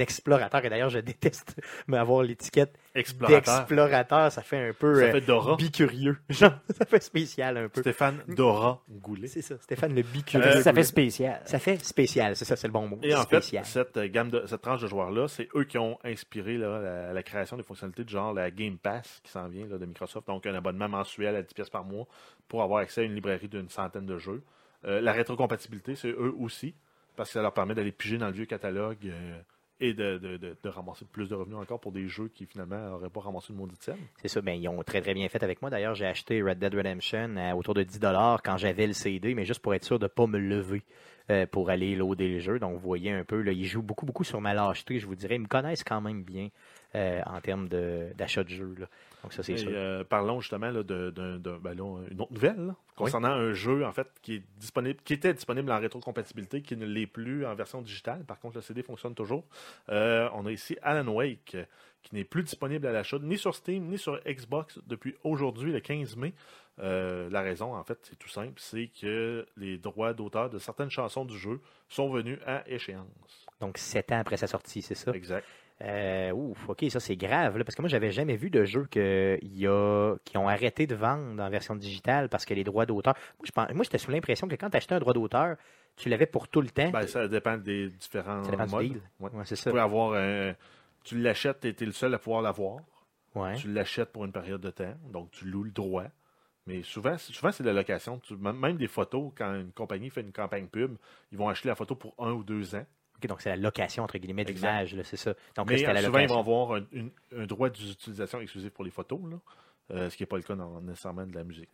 explorateurs. Et d'ailleurs, je déteste m'avoir l'étiquette Explorateur. d'explorateur. Ça fait un peu euh, Ça fait Dora. bicurieux. Genre, ça fait spécial un peu. Stéphane Dora Goulet. C'est ça, Stéphane le bicurieux. Euh, ça fait spécial. ça fait spécial, c'est ça, c'est le bon mot. Et en fait, spécial. cette euh, gamme de cette tranche de joueurs-là, c'est eux qui ont inspiré là, la, la création des fonctionnalités de genre la Game Pass qui s'en vient là, de Microsoft, donc un abonnement mensuel à 10 pièces par mois pour avoir accès à une librairie d'une centaine de jeux. Euh, la rétrocompatibilité, c'est eux aussi, parce que ça leur permet d'aller piger dans le vieux catalogue euh, et de, de- de- de ramasser plus de revenus encore pour des jeux qui finalement n'auraient pas ramassé une maudite scène. C'est ça, ben, ils ont très très bien fait avec moi. D'ailleurs, j'ai acheté Red Dead Redemption à autour de 10 quand j'avais le CD, mais juste pour être sûr de ne pas me lever euh, pour aller loader le jeu. Donc, vous voyez un peu, là, ils jouent beaucoup beaucoup sur ma lâcheté, je vous dirais. Ils me connaissent quand même bien euh, en termes de- d'achat de, jeu. là. Donc, ça, c'est Et, sûr. euh, parlons justement là, de, de- de- ben là, une autre nouvelle là, concernant un jeu en fait qui est disponible, qui était disponible en rétrocompatibilité, qui ne l'est plus en version digitale. Par contre, le CD fonctionne toujours. Euh, on a ici Alan Wake, euh, qui n'est plus disponible à l'achat ni sur Steam ni sur Xbox depuis aujourd'hui, le 15 mai. Euh, la raison, en fait, c'est tout simple, c'est que les droits d'auteur de certaines chansons du jeu sont venus à échéance. Donc, 7 ans après sa sortie, c'est ça? Exact. Euh, ouf, ok, ça c'est grave, là, parce que moi j'avais jamais vu de jeux que, y a, qui ont arrêté de vendre en version digitale parce que les droits d'auteur. Moi, je pense- Moi j'étais sous l'impression que quand tu achetais un droit d'auteur, tu l'avais pour tout le temps. Ben, ça dépend des différents Ça dépend du modes. deal. Ouais. Ouais, c'est ça. Tu peux avoir un- Tu l'achètes et tu es le seul à pouvoir l'avoir. Ouais. Tu l'achètes pour une période de temps, donc tu loues le droit. Mais souvent, c'est- souvent c'est de la location. Tu- même même des photos, quand une compagnie fait une campagne pub, ils vont acheter la photo pour un ou deux ans. Ok, donc c'est la location entre guillemets de Exact. l'image, là, c'est ça. Donc là, Mais c'était la euh, souvent, ils vont location. avoir un, une- un droit d'utilisation exclusif pour les photos, là. Euh, ce qui n'est pas le cas dans- nécessairement de la musique.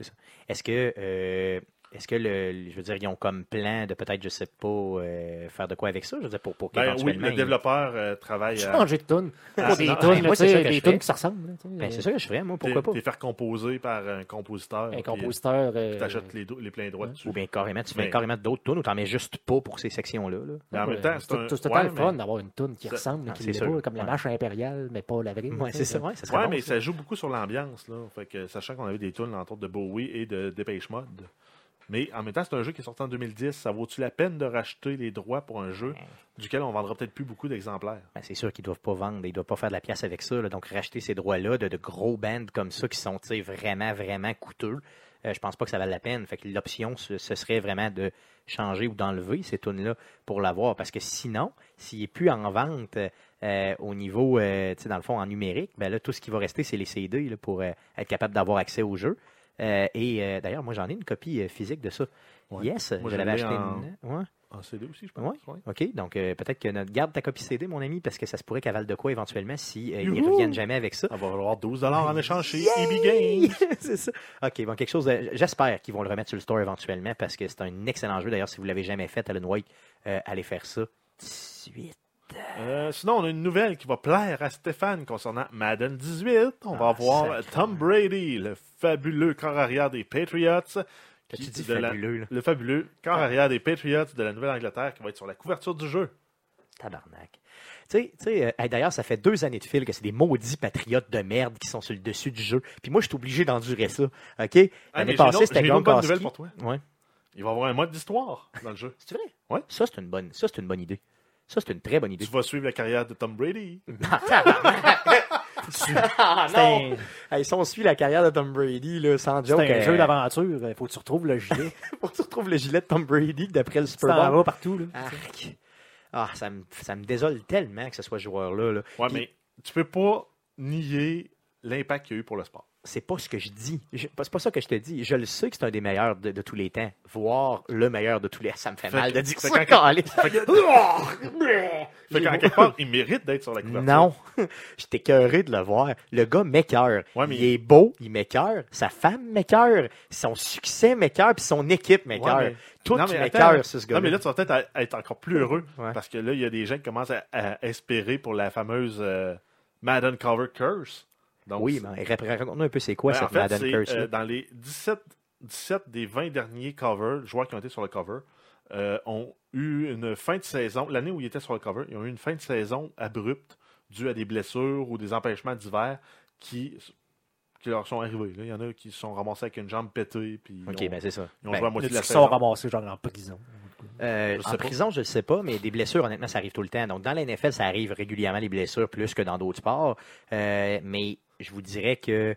Est-ce que euh, est-ce que le, le- je veux dire, ils ont comme plan de peut-être, je sais pas, euh, faire de quoi avec ça? Je veux dire, pour, pour Ben oui, qu'éventuellement, le ils- développeur euh, travaille à, Changer de tune. Ah, Pour des non, tunes, moi, là, c'est tu sais, ça que des je fais. tunes qui se ressemblent. là, tu sais. Ben, c'est ça que je ferais, moi, pourquoi t'es- pas? t'es faire composer par un compositeur. Un puis, compositeur. euh, euh, Tu achètes les, do- les pleins droits dessus. Ou bien carrément, tu fais Mais- carrément d'autres tunes ou t'en mets juste pas pour ces sections-là. là? Mais en ouais, même temps, c'est un- tout- tout le temps ouais, le fun mais- d'avoir une tune qui Ça- ressemble, là, Ah, qui c'est l'est sûr. pas, comme la Ouais. marche impériale, mais pas la vraie. Ouais, tu c'est sais, ça, là. ouais, ça serait Ouais, bon, mais ça. ça joue beaucoup sur l'ambiance, là. Fait que, sachant qu'on avait des tunes autour de Bowie et de Dépêche Mode. Mais en même temps, c'est un jeu qui est sorti en 2010. Ça vaut-tu la peine de racheter les droits pour un jeu duquel on vendra peut-être plus beaucoup d'exemplaires? Ben, c'est sûr qu'ils doivent pas vendre, ils doivent pas faire de la pièce avec ça. là. Donc, racheter ces droits-là de, de gros bands comme ça qui sont tu sais, vraiment, vraiment coûteux, euh, je pense pas que ça vaille la peine. Fait que l'option, ce, ce serait vraiment de changer ou d'enlever ces tunes-là pour l'avoir. Parce que sinon, s'il est plus en vente euh, au niveau, euh, tu sais, dans le fond, en numérique, ben là, tout ce qui va rester, c'est les CD là, pour euh, être capable d'avoir accès au jeu. Euh, et euh, d'ailleurs, moi, j'en ai une copie euh, physique de ça. Ouais. Yes, Moi, je je l'avais l'ai acheté. en- une- Ouais. En CD aussi, je pense. ouais. OK, donc euh, peut-être que notre garde ta copie CD, mon ami, parce que ça se pourrait qu'elle vale de quoi éventuellement si euh, ils Youhou! reviennent jamais avec ça. Ça va valoir 12 en échange chez EB Yay! Games. c'est ça. OK, bon, quelque chose. de- J'espère qu'ils vont le remettre sur le store éventuellement parce que c'est un excellent jeu. D'ailleurs, si vous l'avez jamais fait, Alan Wake, euh, allez faire ça. 18. Euh, sinon, on a une nouvelle qui va plaire à Stéphane concernant Madden 18. On va Ah, avoir sacrément. Tom Brady, le fabuleux corps arrière des Patriots, T'as-tu dit de la- fabuleux, là? Le fabuleux corps arrière des Patriots de la Nouvelle-Angleterre qui va être sur la couverture du jeu. Tabarnak. Tu sais, tu sais, euh, hey, d'ailleurs, ça fait deux années de fil que c'est des maudits patriotes de merde qui sont sur le dessus du jeu. Puis moi, je suis obligé d'endurer ça. OK? Ah, mais L'année j'ai une passée, autre- c'était j'ai une autre bonne Gronkowski. nouvelle pour toi. Ouais. Il va y avoir un mode d'histoire dans le jeu. C'est vrai? Ouais. Ça, c'est une bonne, ça, c'est une bonne idée. Ça, c'est une très bonne idée. Tu vas suivre la carrière de Tom Brady. Ah, C'est un, Hey, si on suit la carrière de Tom Brady, là, sans c'est joke, un euh, jeu d'aventure. Il faut que tu retrouves le gilet. faut que tu retrouves le gilet de Tom Brady d'après le tu Super t'en Bowl. vas partout. Là. Arc. Ah, ça me, ça me désole tellement que ce soit ce joueur-là. là. Ouais, Puis, mais tu peux pas nier l'impact qu'il y a eu pour le sport. C'est pas ce que je dis. Je- C'est pas ça que je te dis. Je le sais que c'est un des meilleurs de, de tous les temps. Voire le meilleur de tous les temps. Ça me fait, Fait mal que- de dire fait ça. qu'en- câlisse. Fait que- Fait qu'en quelque part, il mérite d'être sur la couverture. Non, j'étais écœuré de le voir. Le gars m'écœure. Ouais, mais- Il est beau, il m'écœure. Sa femme m'écœure. Son succès m'écœure. Puis son équipe m'écœure. Ouais, mais- Tout Non, mais attends. m'écœure sur ce gars-là. Non, mais là, tu vas peut-être à- à être encore plus heureux Ouais. parce que là, il y a des gens qui commencent à, à espérer pour la fameuse euh, Madden Cover Curse. Donc, oui, c'est- mais rac- raconte-nous un peu c'est quoi ben, en cette fait, Madden c'est, Curse-là. euh, dans les 17, 17 des 20 derniers covers, joueurs qui ont été sur le cover, euh, ont eu une fin de saison, l'année où ils étaient sur le cover, ils ont eu une fin de saison abrupte due à des blessures ou des empêchements divers qui, qui leur sont arrivés. là. Il y en a qui se sont ramassés avec une jambe pétée. Puis Ok, ils ont, ben c'est ça. ils ont Ben, joué à moitié de Ils la sont saison. ramassés genre en prison. euh, je sais en pas. prison, je ne sais pas, mais des blessures, honnêtement, ça arrive tout le temps. Donc, dans la NFL, ça arrive régulièrement, les blessures, plus que dans d'autres sports. Euh, mais je vous dirais que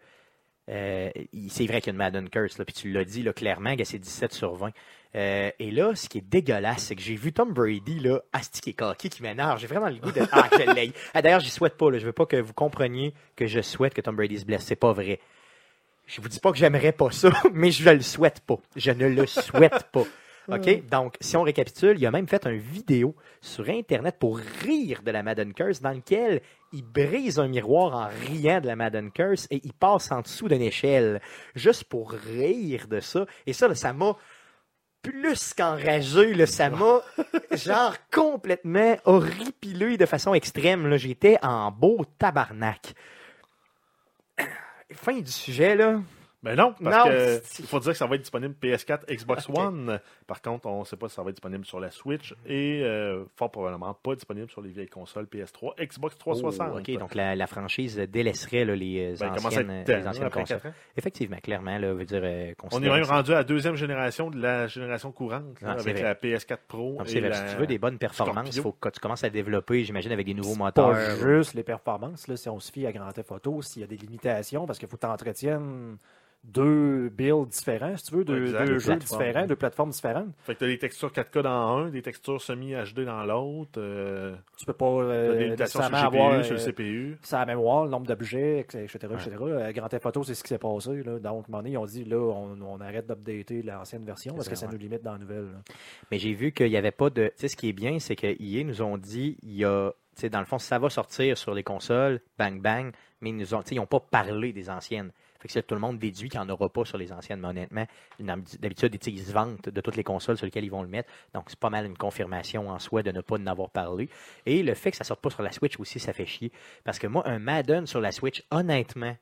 euh, il- c'est vrai qu'il y a une Madden Curse, là, puis tu l'as dit là, clairement, que c'est 17 sur 20. Euh, et là, ce qui est dégueulasse, c'est que j'ai vu Tom Brady, là, astiqué coquille qui m'énerve. J'ai vraiment le goût de. Ah, quel laid. Ah, D'ailleurs, j'y souhaite pas. Là. Je veux pas que vous compreniez que je souhaite que Tom Brady se blesse. C'est pas vrai. Je vous dis pas que j'aimerais pas ça, mais je le souhaite pas. Je ne le souhaite pas. OK? Donc, si on récapitule, il a même fait une vidéo sur Internet pour rire de la Madden Curse dans lequel il brise un miroir en riant de la Madden Curse et il passe en dessous d'une échelle juste pour rire de ça. Et ça, là, ça m'a plus qu'enragé, là, ça m'a genre complètement horripilé de façon extrême. là. J'étais en beau tabarnak. Fin du sujet, là. Mais non, parce Non, que c'est- il faut dire que ça va être disponible PS4, Xbox Ok. One. Par contre, on ne sait pas si ça va être disponible sur la Switch et euh, fort probablement pas disponible sur les vieilles consoles PS3, Xbox 360. Oh, OK, donc la, la franchise délaisserait là, les, euh, Ben, il commence à anciennes, être les temps, anciennes après consoles. quatre ans. Effectivement, clairement, là, veut dire euh, On est même considérer ça. rendu à la deuxième génération de la génération courante là, Ah, c'est avec vrai. la PS4 Pro. Donc, et c'est vrai, la- Si tu veux des bonnes performances, il Scorpio. faut que tu commences à développer, j'imagine, avec des nouveaux C'est moteurs. Pas juste les performances, là, si on se fie à Grand Theft Auto, s'il y a des limitations, parce qu'il faut que tu entretiennes deux builds différents, si tu veux, deux, Exact. deux Des jeux plateformes. différents, deux plateformes différentes. Fait que t'as des textures 4K dans un, des textures semi-HD dans l'autre, euh, Tu peux pas t'as des euh, limitations sur le nécessairement GPU, avoir sur le euh, CPU. sa mémoire, le nombre d'objets, etc. etc. Euh, Grand Theft Auto, c'est ce qui s'est passé. Là. Donc, à un moment donné, ils ont dit, là, on, on arrête d'updater l'ancienne version parce ça, que ça ouais. nous limite dans la nouvelle. là. Mais j'ai vu qu'il n'y avait pas de. Tu sais, ce qui est bien, c'est que EA nous ont dit, il y a. Tu sais, dans le fond, ça va sortir sur les consoles, bang bang, mais ils nous ont, tu sais, ils n'ont pas parlé des anciennes. Fait que c'est- tout le monde déduit qu'il n'y en aura pas sur les anciennes, mais honnêtement, d'hab- d'habitude, tu sais, ils se vantent de toutes les consoles sur lesquelles ils vont le mettre. Donc, c'est pas mal une confirmation en soi de ne pas en avoir parlé. Et le fait que ça sorte pas sur la Switch aussi, ça fait chier. Parce que moi, un Madden sur la Switch, honnêtement,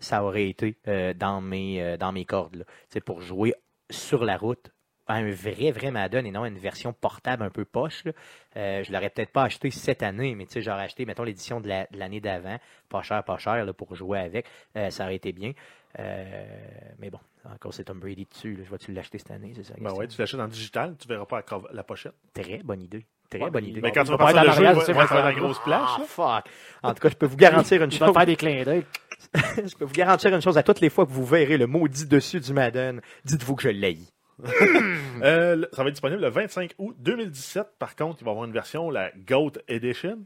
ça aurait été euh, dans, mes, euh, dans mes cordes. là. Tu sais, pour jouer sur la route, à un vrai, vrai Madden et non une version portable un peu poche. là. Euh, je l'aurais peut-être pas acheté cette année, mais tu sais, j'aurais acheté, mettons, l'édition de la- de l'année d'avant, pas cher, pas cher, là, pour jouer avec. Euh, ça aurait été bien. Euh, mais bon, encore c'est Tom Brady dessus. là. Je vois-tu l'acheter cette année, c'est ça? la Ben ouais, question? tu l'achètes en digital, tu verras pas la, cover- la pochette. Très bonne idée. Très Ouais, bonne mais- idée. Mais bon, quand il tu va vas passer passer le en jeu, arrière, il va- c'est il va faire la vraiment grosse plage. Ah, fuck. En tout cas, je peux vous garantir une Ils chose. vont faire des clins d'œil. Je peux vous garantir une chose. À toutes les fois que vous verrez le maudit dessus du Madden, dites-vous que je l'ai. Euh, le- ça va être disponible le 25 août 2017. Par contre, il va y avoir une version, la GOAT Edition.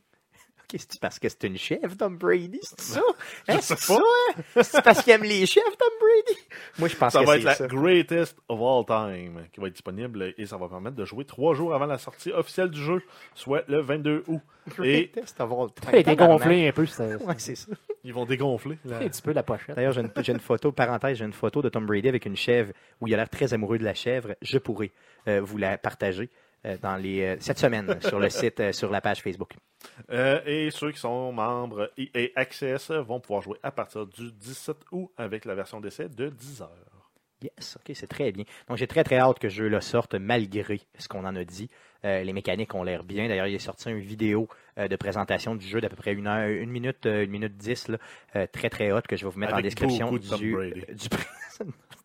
Ok, c'est parce que c'est une chef, Tom Brady, c'est ça? Hein, sais c'est ça? hein? C'est parce qu'il aime les chefs, Tom Brady? Moi, je pense Ça que va c'est être la ça. Greatest of All Time qui va être disponible et ça va permettre de jouer trois jours avant la sortie officielle du jeu, soit le 22 août. Et Greatest of all time. Il était gonflé un peu. ça- Ouais, c'est ça. ils vont dégonfler. la- Un petit peu la pochette. D'ailleurs, j'ai une, j'ai une photo, parenthèse, j'ai une photo de Tom Brady avec une chèvre où il a l'air très amoureux de la chèvre. Je pourrais euh, vous la partager euh, dans les, euh, cette semaine sur le site, euh, sur la page Facebook. Euh, et ceux qui sont membres et Access vont pouvoir jouer à partir du 17 août avec la version d'essai de 10 heures. Yes, ok, c'est très bien. Donc j'ai très très hâte que ce jeu-là sorte malgré ce qu'on en a dit. Euh, les mécaniques ont l'air bien. D'ailleurs, il est sorti une vidéo euh, de présentation du jeu d'à peu près une, heure, une minute, euh, une minute dix, là, euh, très très haute que je vais vous mettre en Avec description beaucoup de Tom du, Brady. du pré-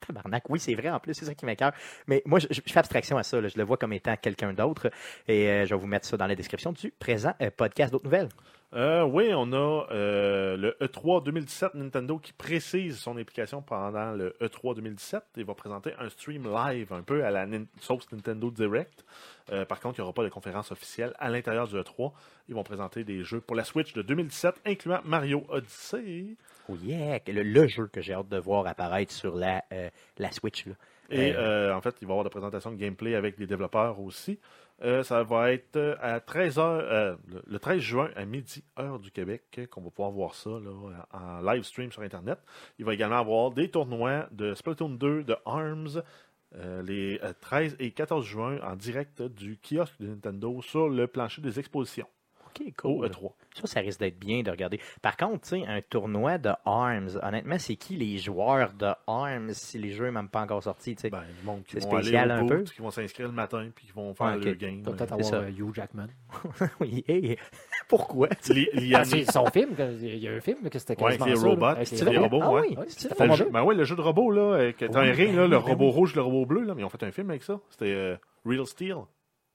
Tabarnak, oui, c'est vrai en plus, c'est ça qui m'écœure. Mais moi, je, je fais abstraction à ça, là. je le vois comme étant quelqu'un d'autre et euh, je vais vous mettre ça dans la description du présent euh, podcast d'autres nouvelles. Euh, oui, on a euh, le E3 2017 Nintendo qui précise son implication pendant le E E3 2017 et va présenter un stream live un peu à la Nin- sauce Nintendo Direct. Euh, par contre, il n'y aura pas de conférence officielle à l'intérieur du E3. Ils vont présenter des jeux pour la Switch de 2017, incluant Mario Odyssey Oh yeah, le, le jeu que j'ai hâte de voir apparaître sur la, euh, la Switch. là. Et Euh, euh, en fait, il va y avoir des présentations de gameplay avec les développeurs aussi. Euh, ça va être euh, à 13 heures, euh, le- le 13 juin à midi, heure du Québec, euh, qu'on va pouvoir voir ça là, en en live stream sur Internet. Il va également avoir des tournois de Splatoon 2, de ARMS, euh, les euh, 13 et 14 juin en direct du kiosque de Nintendo sur le plancher des expositions ok, au cool. E E3. Ça, ça risque d'être bien de regarder. Par contre, tu sais, un tournoi de ARMS, honnêtement, c'est qui les joueurs de ARMS si les jeux sont même pas encore sortis? tu sais? Ben, le monde qui C'est vont aller spécial au un boot, peu. qui vont s'inscrire le matin puis qui vont faire Ouais, ok. le game. Peut-être c'est avoir ça. euh, Hugh Jackman. oui, hey, pourquoi? tu sais? Li- Ah, Liane- c'est son film. que- Il y a un film que c'était Ouais, quasiment c'est ça, là, Robot, avec c'est les des robots. robots, ah ouais. oui, Ouais, c'est c'est le Le bon jeu, jeu. ben ouais, le jeu de robot, là. euh, que t'as Oui, un ring, ben là, oui, ben le robot oui. rouge, le robot bleu, là. Mais ils ont fait un film avec ça. C'était euh, Real Steel.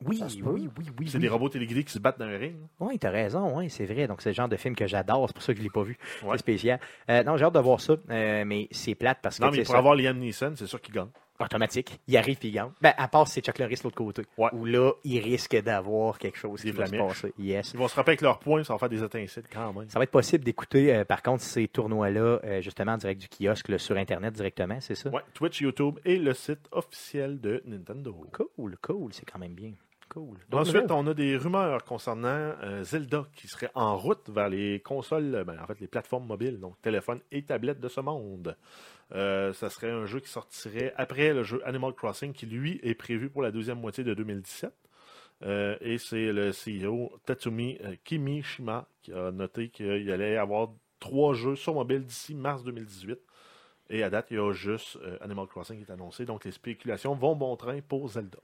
Oui, Ça se oui, peut. oui, oui, oui. C'est des robots téléguidés qui se battent dans un ring. là. Oui, t'as raison, oui, c'est vrai. Donc, c'est le genre de film que j'adore, c'est pour ça que je ne l'ai pas vu. Ouais. C'est spécial. Euh, non, j'ai hâte de voir ça, euh, mais c'est plate parce que Non, tu mais sais, pour ça- avoir Liam Neeson, c'est sûr qu'il gagne. automatique, il arrive puis il gagne. Ben, à part si c'est Chuck Norris de l'autre côté, Ouais. où là, il risque d'avoir quelque chose qui Des va se flamèches. passer. Yes. Ils vont se rappeler avec leurs points, ça va faire des étincelles quand même. Ça va être possible d'écouter, euh, par contre, ces tournois-là, euh, justement, en direct du kiosque, là, sur Internet directement, c'est ça? Ouais, Twitch, YouTube et le site officiel de Nintendo. Cool, cool, c'est quand même bien. Cool. D'autres Ensuite, nouvelles? on a des rumeurs concernant euh, Zelda qui serait en route vers les consoles, euh, ben, en fait les plateformes mobiles, donc téléphones et tablettes de ce monde. Euh, ça serait un jeu qui sortirait après le jeu Animal Crossing qui, lui, est prévu pour la deuxième moitié de 2017. Euh, et c'est le CEO Tatsumi euh, Kimishima qui a noté qu'il allait avoir trois jeux sur mobile d'ici mars 2018. Et à date, il y a juste euh, Animal Crossing qui est annoncé. Donc les spéculations vont bon train pour Zelda.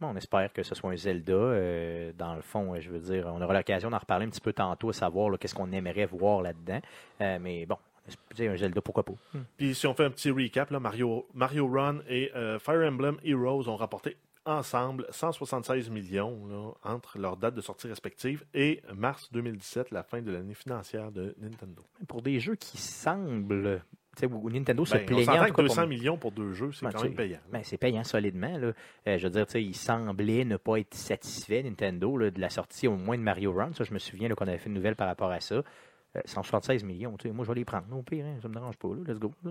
Bon, on espère que ce soit un Zelda. euh, dans le fond, euh, je veux dire, on aura l'occasion d'en reparler un petit peu tantôt, à savoir là, qu'est-ce qu'on aimerait voir là-dedans. Euh, mais bon, tu sais, un Zelda, pourquoi pas? Hmm. Puis si on fait un petit recap, là, Mario, Mario Run et euh, Fire Emblem Heroes ont rapporté ensemble 176 millions là, entre leurs dates de sortie respectives et mars 2017, la fin de l'année financière de Nintendo. Pour des jeux qui semblent, tu sais, où Nintendo se Ben, on plaignait... en s'entend tout que cas, pour 200 moi. millions pour deux jeux, c'est Ben, quand tu même sais, payant. Ah Ben, c'est payant solidement. Là. Euh, je veux dire, tu sais, il semblait ne pas être satisfait, Nintendo, là, de la sortie au moins de Mario Run. Ça, je me souviens là, qu'on avait fait une nouvelle par rapport à ça. Euh, 176 millions, tu sais, moi je vais les prendre. Non, au pire, hein, ça me dérange pas. Là, let's go. là.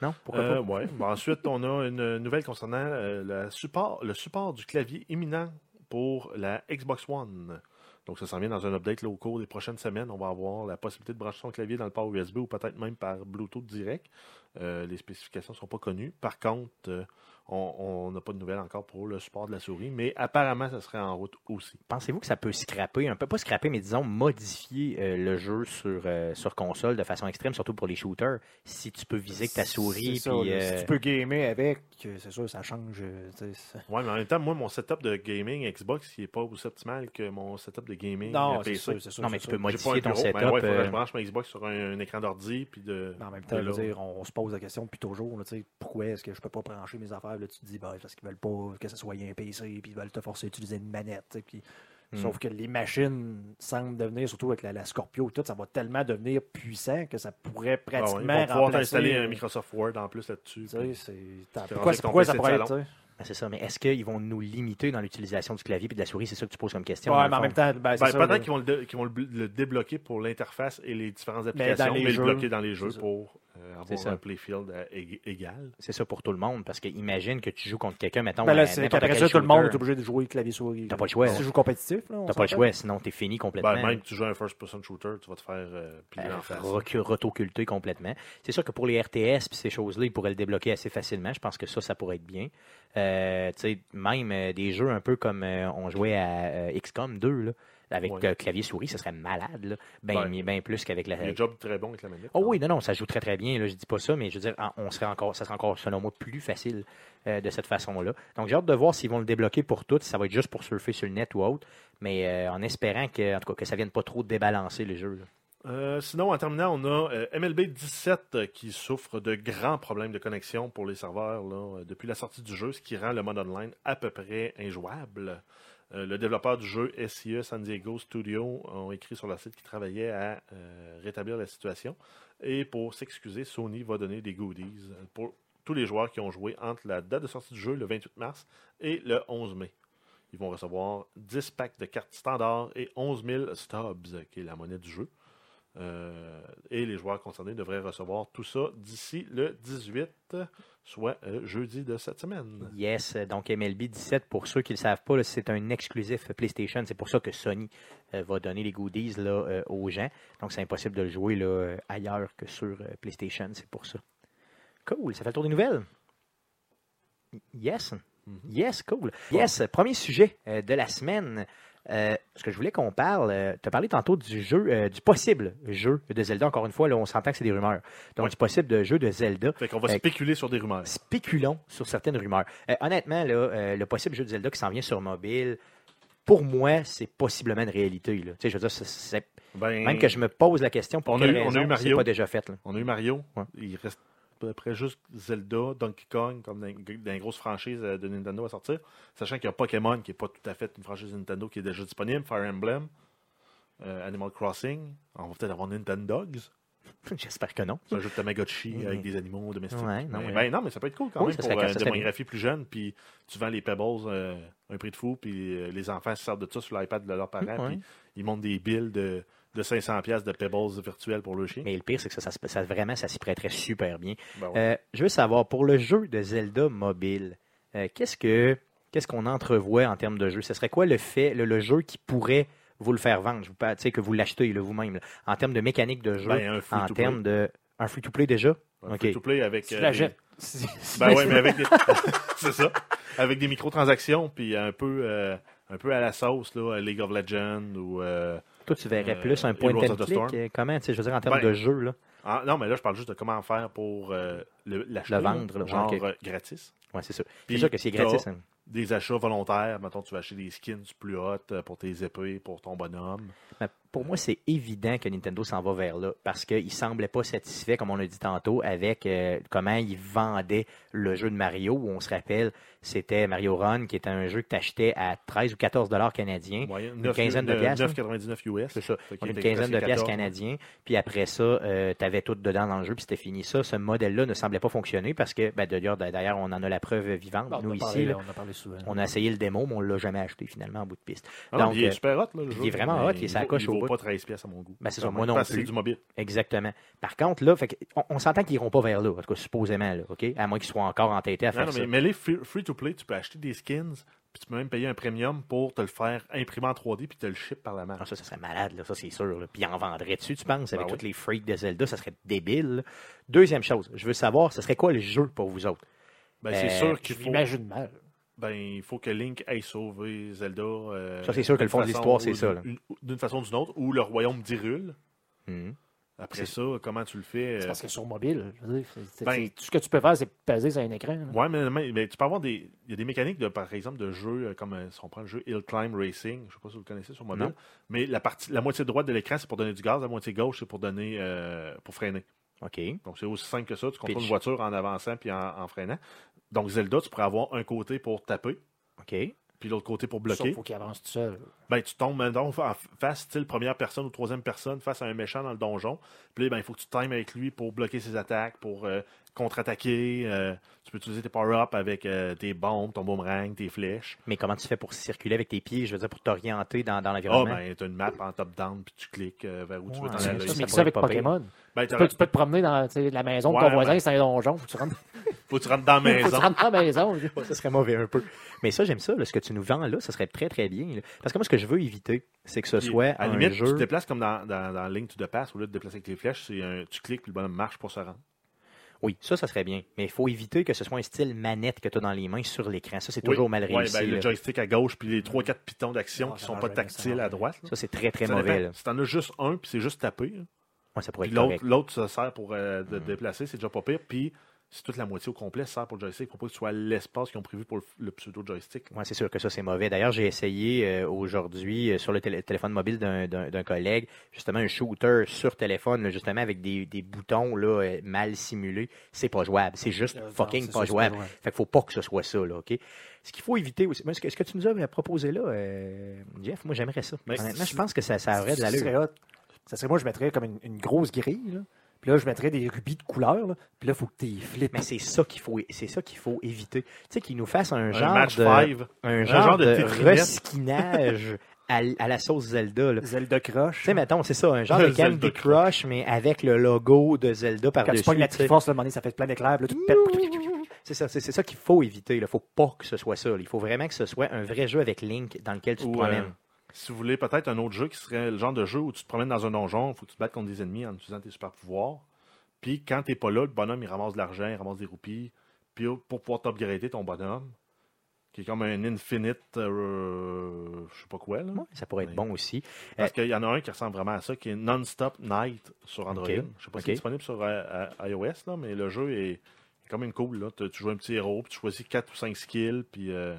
Non, pourquoi Euh, pas? ouais. Ben, ensuite, on a une nouvelle concernant euh, la support, le support du clavier imminent pour la Xbox One. Donc, ça s'en vient dans un update là, au cours des prochaines semaines. On va avoir la possibilité de brancher son clavier dans le port USB ou peut-être même par Bluetooth direct. Euh, les spécifications ne sont pas connues. Par contre, euh, on on n'a pas de nouvelles encore pour le support de la souris, mais apparemment, ça serait en route aussi. Pensez-vous que ça peut scraper, un peu, pas scraper, mais disons modifier euh, le jeu sur, euh, sur console de façon extrême, surtout pour les shooters, si tu peux viser que ta souris. C'est ça, puis, là. Si euh, tu peux gamer avec, euh, c'est sûr, ça change. euh, tu sais, ça- Ouais, mais en même temps, moi, mon setup de gaming Xbox, il n'est pas aussi optimal que mon setup de gaming Non, euh, c'est PC. sûr, c'est sûr. Non, mais c'est tu sûr. peux J'ai pas un modifier ton bureau, mais setup. ouais, faudrait que je euh, branche ma Xbox sur un, un écran d'ordi, puis de. Mais En même temps, de je veux là. dire, on, on se pose la question plutôt toujours, là, tu sais, pourquoi est-ce que je peux pas brancher mes affaires? Là, tu te dis, bah, c'est parce qu'ils veulent pas que ce soit un PC, puis ils veulent te forcer à utiliser une manette. tu sais, puis- Hmm. Sauf que les machines semblent devenir, surtout avec la, la Scorpio, et tout, ça va tellement devenir puissant que ça pourrait Ah ouais, pratiquement ils vont pouvoir remplacer, t'installer un euh, Microsoft Word en plus là-dessus. tu sais, c'est- t'as- Tu Pourquoi, ranges ton pourquoi ça PC de pourrait être. salon. tu sais? ben, c'est ça, mais est-ce qu'ils vont nous limiter dans l'utilisation du clavier et de la souris? C'est ça que tu poses comme question. dans Ouais, le mais en fond. même temps, ben, c'est Ben, ça, là. Peut-être qu'ils vont, le, dé- qu'ils vont le, bl- le débloquer pour l'interface et les différentes dans applications, mais, les le jeux, bloquer dans les jeux ça. pour euh, C'est avoir ça. un playfield euh, ég- égal. C'est ça pour tout le monde, parce que imagine que tu joues contre quelqu'un, mettons, Ben là, à c'est n'importe qu'après quel ça, tout le monde est shooter. obligé de jouer clavier-souris. T'as pas le choix. Si tu joues compétitif, là, on T'as pas le s'entend. choix, sinon t'es fini complètement. Ben, Ben, même que tu joues à un first-person shooter, tu vas te faire euh, piler en face. Recul, retoculté complètement. C'est sûr que pour les RTS puis ces choses-là, ils pourraient le débloquer assez facilement. Je pense que ça, ça pourrait être bien. Euh, tu sais, même euh, des jeux un peu comme euh, on jouait à euh, XCOM 2, là, Avec Ouais. euh, clavier-souris, ce serait malade. Là. Ben, Ben, mais ben plus qu'avec la. Il y a un job très bon avec la manette. Oh oui, non, non, ça joue très très bien. Là, je dis pas ça, mais je veux dire, en- on serait encore, ça serait encore, selon moi, plus facile euh, de cette façon-là. Donc, j'ai hâte de voir s'ils vont le débloquer pour tout, si ça va être juste pour surfer sur le net ou autre, mais euh, en espérant que, en tout cas, que ça vienne pas trop débalancer le jeu. là. Euh, sinon, en terminant, on a euh, MLB 17 euh, qui souffre de grands problèmes de connexion pour les serveurs là, euh, depuis la sortie du jeu, ce qui rend le mode online à peu près injouable. Euh, le développeur du jeu SIE San Diego Studio ont écrit sur leur site qu'ils travaillaient à euh, rétablir la situation. Et pour s'excuser, Sony va donner des goodies pour tous les joueurs qui ont joué entre la date de sortie du jeu, le 28 mars, et le 11 mai. Ils vont recevoir 10 packs de cartes standard et 11 000 stubs, qui est la monnaie du jeu. Euh, et les joueurs concernés devraient recevoir tout ça d'ici le 18, soit euh, jeudi de cette semaine. Yes, euh, donc MLB 17, pour ceux qui ne le savent pas, là, c'est un exclusif PlayStation. C'est pour ça que Sony euh, va donner les goodies là, euh, aux gens. Donc, c'est impossible de le jouer là, euh, ailleurs que sur euh, PlayStation. C'est pour ça. Cool, ça fait le tour des nouvelles. Yes. Mhm. Yes, cool. Yes, premier sujet euh, de la semaine. Euh, ce que je voulais qu'on parle, tu as parlé tantôt du jeu, euh, du possible jeu de Zelda. Encore une fois, là, on s'entend que c'est des rumeurs. Donc, Ouais. du possible de jeu de Zelda Fait qu'on va Euh, spéculer sur des rumeurs. spéculons sur certaines rumeurs. Euh, honnêtement, là, euh, le possible jeu de Zelda qui s'en vient sur mobile, pour moi, c'est possiblement une réalité. là. Tu sais, je veux dire, c'est- c'est- Ben, même que je me pose la question pour On a quelle eu- on a raison, eu c'est Mario. pas déjà fait. là. On a eu Mario. Ouais. Il reste à peu près juste Zelda, Donkey Kong, comme dans, dans les grosses franchises euh, de Nintendo à sortir. Sachant qu'il y a Pokémon, qui n'est pas tout à fait une franchise Nintendo qui est déjà disponible, Fire Emblem, euh, Animal Crossing. On va peut-être avoir Nintendo Dogs. J'espère que non. C'est un jeu de Tamagotchi Mhm. avec des animaux domestiques. Ouais, non, mais, ouais. ben non, mais ça peut être cool quand Oui, même ça pour serait- euh, ça une serait démographie plus jeune. Puis tu vends les Pebbles euh, un prix de fou, puis euh, les enfants se servent de ça sur l'iPad de leurs parents, Ouais. puis ils montent des billes de, de 500 pièces de Pebbles virtuelles pour le chien. Mais le pire, c'est que ça, ça, se- ça- vraiment, ça s'y prêterait super bien. Ben ouais. Euh, je veux savoir, pour le jeu de Zelda mobile, euh, qu'est-ce que qu'est-ce qu'on entrevoit en termes de jeu? Ce serait quoi le fait, le, le jeu qui pourrait vous le faire vendre? Je vous parle, tu sais, que vous l'achetez là, vous-même. là. En termes de mécanique de jeu, Ben, un euh, en free-to-play. termes de... Un free-to-play déjà? Un ok. free-to-play avec... Tu euh, la des- jettes. Si- si- Ben ouais, mais avec des... c'est ça. Avec des microtransactions, puis un peu... euh, un peu à la sauce, là, League of Legends ou... euh, Toi, tu verrais Euh, plus un point Heroes de of the Storm. click. euh, Comment, tu sais, je veux dire, en termes Ben, de jeu, là. ah, non, mais là, je parle juste de comment faire pour euh, le, l'acheter, Le là, vendre, là, genre ok. euh, gratis. Ouais, c'est sûr. C'est Puis sûr que c'est t'as- gratis. hein. des achats volontaires. Mettons, tu vas acheter des skins du plus haute euh, pour tes épées, pour ton bonhomme. Mais pour moi, c'est évident que Nintendo s'en va vers là parce qu'il semblait pas satisfait, comme on l'a dit tantôt, avec euh, comment il vendait le jeu de Mario, où on se rappelle, c'était Mario Run, qui était un jeu que tu achetais à 13 ou 14 dollars canadiens. Moyen, Une 9, quinzaine de euh, piastres, hein. 9,99 US. C'est ça. Fait qu'il Une était quinzaine de classé pièces 14. canadiens. Puis après ça, tu avais tout dedans dans le jeu, puis c'était fini. Ça, ce modèle-là ne semblait pas fonctionner parce que, ben, d'ailleurs, d'ailleurs, on en a la preuve vivante, Bon, on en nous, a ici. parlé, là. là, on en a parlé souvent. On a essayé le démo, mais on ne l'a jamais acheté finalement en bout de piste. Ah non, Donc, il est euh, super hot, là, le jeu. il est vraiment mais hot, il est sa vaut- coche au vaut bout. pas 13 pièces à mon goût. Ben, c'est ça, moi non Parce que plus. C'est du mobile. Exactement. Par contre, là, fait que- on, on s'entend qu'ils n'iront pas vers là, en tout cas, supposément, là, OK? À moins qu'ils soient encore entêtés à Non, faire non, mais, ça. mais les free-to-play, tu peux acheter des skins, puis tu peux même payer un premium pour te le faire imprimer en 3D, puis te le ship par la main. Ah, ça, ça serait malade, là, ça, c'est sûr. là. Puis ils en vendraient-tu, tu penses, avec Ben oui. tous les freaks de Zelda, ça serait débile. là. Deuxième chose, je veux savoir, ce serait quoi le jeu pour vous autres? Ben, c'est Euh, sûr Je qu'il faut, m'imagine mal. ben, il faut que Link aille sauver Zelda. euh, Ça, c'est sûr que le d'une fond de façon l'histoire, c'est ou ça, là. d'une- D'une façon ou d'une autre, ou le royaume d'Irule. Hmm. Après ça, comment tu le fais C'est euh, parce que sur mobile, je veux dire, c'est- c'est- Ben- c'est- tout ce que tu peux faire, c'est peser sur un écran. là. Ouais, mais, mais- mais tu peux avoir des. Il y a des mécaniques, de, par exemple, de jeux, euh, comme euh, si on prend le jeu Hill Climb Racing, je ne sais pas si vous le connaissez sur mobile, Non. mais la, partie, la moitié droite de l'écran, c'est pour donner du gaz, la moitié gauche, c'est pour donner euh, pour freiner. OK. Donc c'est aussi simple que ça. Tu contrôles Pitch. une voiture en avançant puis en, en freinant. Donc Zelda, tu pourrais avoir un côté pour taper, OK. puis l'autre côté pour Sauf bloquer. faut qu'il avance tout seul. Ben, tu tombes maintenant en face, style première personne ou troisième personne, face à un méchant dans le donjon. Puis là, ben, il faut que tu times avec lui pour bloquer ses attaques, pour euh, contre-attaquer. euh, tu peux utiliser tes power-ups avec euh, tes bombes, ton boomerang, tes flèches. Mais comment tu fais pour circuler avec tes pieds, je veux dire, pour t'orienter dans, dans Ah, l'environnement? ben, tu as une map en top-down, puis tu cliques euh, vers où tu veux Ouais, t'en ça, Tu là, aller. ça, mixes ça pourrait avec être pas pire. Pokémon. Ben, Tu t'aurais- peux, tu peux te promener dans tu sais, la maison de Ouais, ton voisin, ben- c'est un donjon. Faut que tu rentres, faut que tu rentres dans la faut que tu maison. rentres dans la maison. Ça serait mauvais un peu. Mais ça, j'aime ça. là, ce que tu nous vends là, ça serait très, très bien. là. Parce que moi, ce que je veux éviter, c'est que ce Puis, soit à la un limite, tu jeu... te déplaces comme dans, dans, dans Link to the Pass, au lieu de te déplacer avec tes flèches, c'est un- tu cliques, puis le bonhomme marche pour se rendre. Oui, ça, ça serait bien. Mais il faut éviter que ce soit un style manette que tu as dans les mains sur l'écran. Ça, c'est Oui. toujours mal Ouais, réussi. ben, le là. joystick à gauche, puis les 3-4 pitons d'action Ah, qui ça sont pas marche bien, ça tactiles marche à bien. droite. là. Ça, c'est très, très Ça mauvais. dépend. là. Si t'en as juste un, puis c'est juste tapé, là. Ouais, ça pourrait puis être l'autre, correct. Mm. l'autre se sert pour euh, de déplacer, c'est déjà pas pire. Puis si toute la moitié au complet sert pour le joystick, pour pas que ce soit l'espace qu'ils ont prévu pour le, le pseudo-joystick. Ouais, c'est sûr que ça, c'est mauvais. D'ailleurs, j'ai essayé euh, aujourd'hui euh, sur le télé- téléphone mobile d'un- d'un d'un collègue, justement un shooter sur téléphone, là, justement avec des, des boutons là, euh, mal simulés. C'est pas jouable. C'est juste Euh, non, fucking c'est pas sûr, c'est pas jouable. jouable. Fait qu'il faut pas que ce soit ça, là, OK? Ce qu'il faut éviter aussi. moi, ce, que, ce que tu nous as proposé là, euh, Jeff, moi j'aimerais ça. Mais Honnêtement, Ben, c'est- je pense que ça, ça aurait de Ça l'allure. serait hot. Ça serait moi, je mettrais comme une, une grosse grille. là. Puis là, je mettrais des rubis de couleur. là. Puis là, il faut que tu y flippes. Mais c'est ça qu'il faut, c'est ça qu'il faut éviter. Tu sais, qu'ils nous fassent un, Un genre match de, 5. un genre genre de de, Tetris. reskinage à, l- à la sauce Zelda, là. Zelda Crush. Tu sais, mettons, c'est ça, un genre Le de Candy Zelda Crush. Crush, mais avec le logo de Zelda quand par-dessus. tu pognes la tu sais. petite force, là, à un moment donné, ça fait plein d'éclairs. puis Là, tu te pètes. C'est ça, c'est c'est ça qu'il faut éviter. Il faut pas que ce soit ça. là. Il faut vraiment que ce soit un vrai jeu avec Link dans lequel tu te Ou, euh, promènes. si vous voulez, peut-être un autre jeu qui serait le genre de jeu où tu te promènes dans un donjon, il faut que tu te battes contre des ennemis en utilisant tes super pouvoirs. Puis quand t'es pas là, le bonhomme il ramasse de l'argent, il ramasse des roupies. Puis euh, pour pouvoir t'upgrader ton bonhomme, qui est comme un infinite, euh, je sais pas quoi, là. Ouais, ça pourrait être ouais. bon aussi. Parce qu'il y en a un qui ressemble vraiment à ça, qui est Non-Stop Night sur Android. Ok. Je sais pas si c'est Ok. disponible sur euh, euh, iOS, là, mais le jeu est est quand même cool. Là. Tu tu joues un petit héros, puis tu choisis 4 ou 5 skills, puis euh,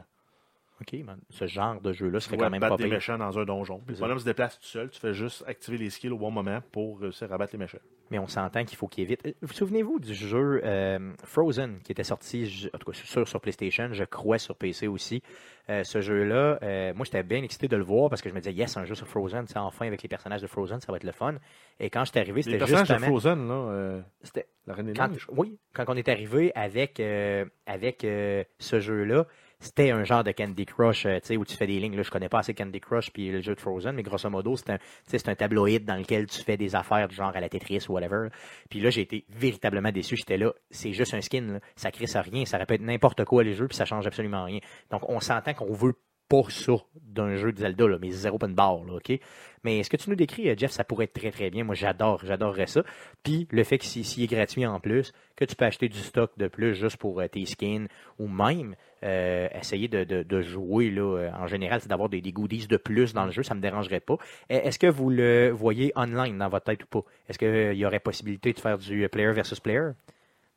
OK, man, ce genre de jeu-là tu serait dois quand même battre pas des pire. méchants dans un donjon. Puis le C'est ça. bonhomme se déplace tout seul, tu fais juste activer les skills au bon moment pour réussir à battre les méchants. Mais on s'entend qu'il faut qu'il évite. Euh, Vous souvenez-vous du jeu euh, Frozen qui était sorti, je- en tout cas sur, sur PlayStation, je crois sur PC aussi. Euh, ce jeu-là, euh, moi j'étais bien excité de le voir parce que je me disais, yes, un jeu sur Frozen, tu sais, enfin avec les personnages de Frozen, ça va être le fun. Et quand j'étais arrivé, Les c'était personnages de justement. Frozen, là, euh, c'était- la Reine des Quand- Neiges. oui, quand on est arrivé avec, euh, avec euh, ce jeu-là, c'était un genre de Candy Crush, euh, tu sais, où tu fais des lignes. Là, je connais pas assez Candy Crush puis le jeu de Frozen, mais grosso modo, c'est un, tu sais, c'est un tabloïd dans lequel tu fais des affaires du genre à la Tetris ou whatever. Puis là, j'ai été véritablement déçu. J'étais là, c'est juste un skin, là. ça crisse à rien, ça répète n'importe quoi les jeux, puis ça change absolument rien. Donc, on s'entend qu'on veut pas ça d'un jeu de Zelda, là, mais zéro open bar, là, OK? Mais ce que tu nous décris, euh, Jeff, ça pourrait être très, très bien. Moi, j'adore, j'adorerais ça. Puis le fait que s'il s'il est gratuit en plus, que tu peux acheter du stock de plus juste pour euh, tes skins ou même euh, essayer de, de- de jouer là, euh, en général, c'est d'avoir des, des goodies de plus dans le jeu, ça ne me dérangerait pas. Euh, Est-ce que vous le voyez online dans votre tête ou pas? Est-ce qu'il y aurait possibilité de faire du euh, player versus player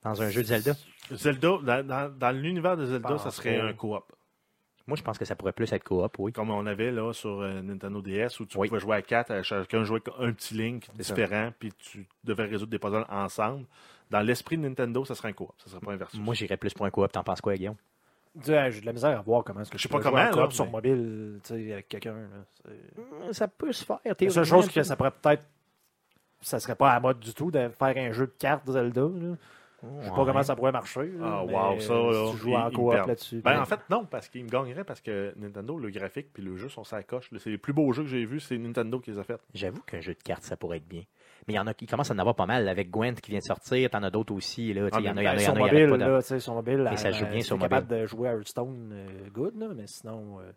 dans un jeu de Zelda? Zelda, dans, dans- dans l'univers de Zelda, pense ça serait pas. un co-op. Moi, je pense que ça pourrait plus être coop, oui. Comme on avait là sur euh, Nintendo DS, où tu Oui. pouvais jouer à 4, chacun jouait un petit Link C'est ça. différent, puis tu devais résoudre des puzzles ensemble. Dans l'esprit de Nintendo, ça serait un co-op, ça serait pas un versus. Moi, j'irais plus pour un coop. T'en penses quoi, Guillaume? Tu sais, J'ai de la misère à voir comment est-ce que Je sais tu peux pas jouer comment, en là, coop sur mais- mobile tu sais, avec quelqu'un. là. C'est- Ça peut se faire. La seule chose que ça pourrait peut-être. Ça serait pas à la mode du tout de faire un jeu de cartes Zelda. là. Je sais pas comment ça pourrait marcher. là, Ah, mais wow, ça, là, Si tu il- joues en il coop perd. là-dessus. Ben, en fait, non, parce qu'ils me gagneraient parce que Nintendo, le graphique puis le jeu sont sa coche. C'est les plus beaux jeux que j'ai vus, c'est Nintendo qui les a fait. J'avoue qu'un jeu de cartes, ça pourrait être bien. Mais il y en a qui commencent à en avoir pas mal. Avec Gwent qui vient de sortir, t'en as d'autres aussi. Là, Tu sais, Ah, il y en a, il y en a, il y en a, son il y en a ben, mobile, pas de- là, tu sais, son mobile, Et ça euh, joue bien si sur t'es capable de jouer à Hearthstone, euh, good, là, mais sinon, euh,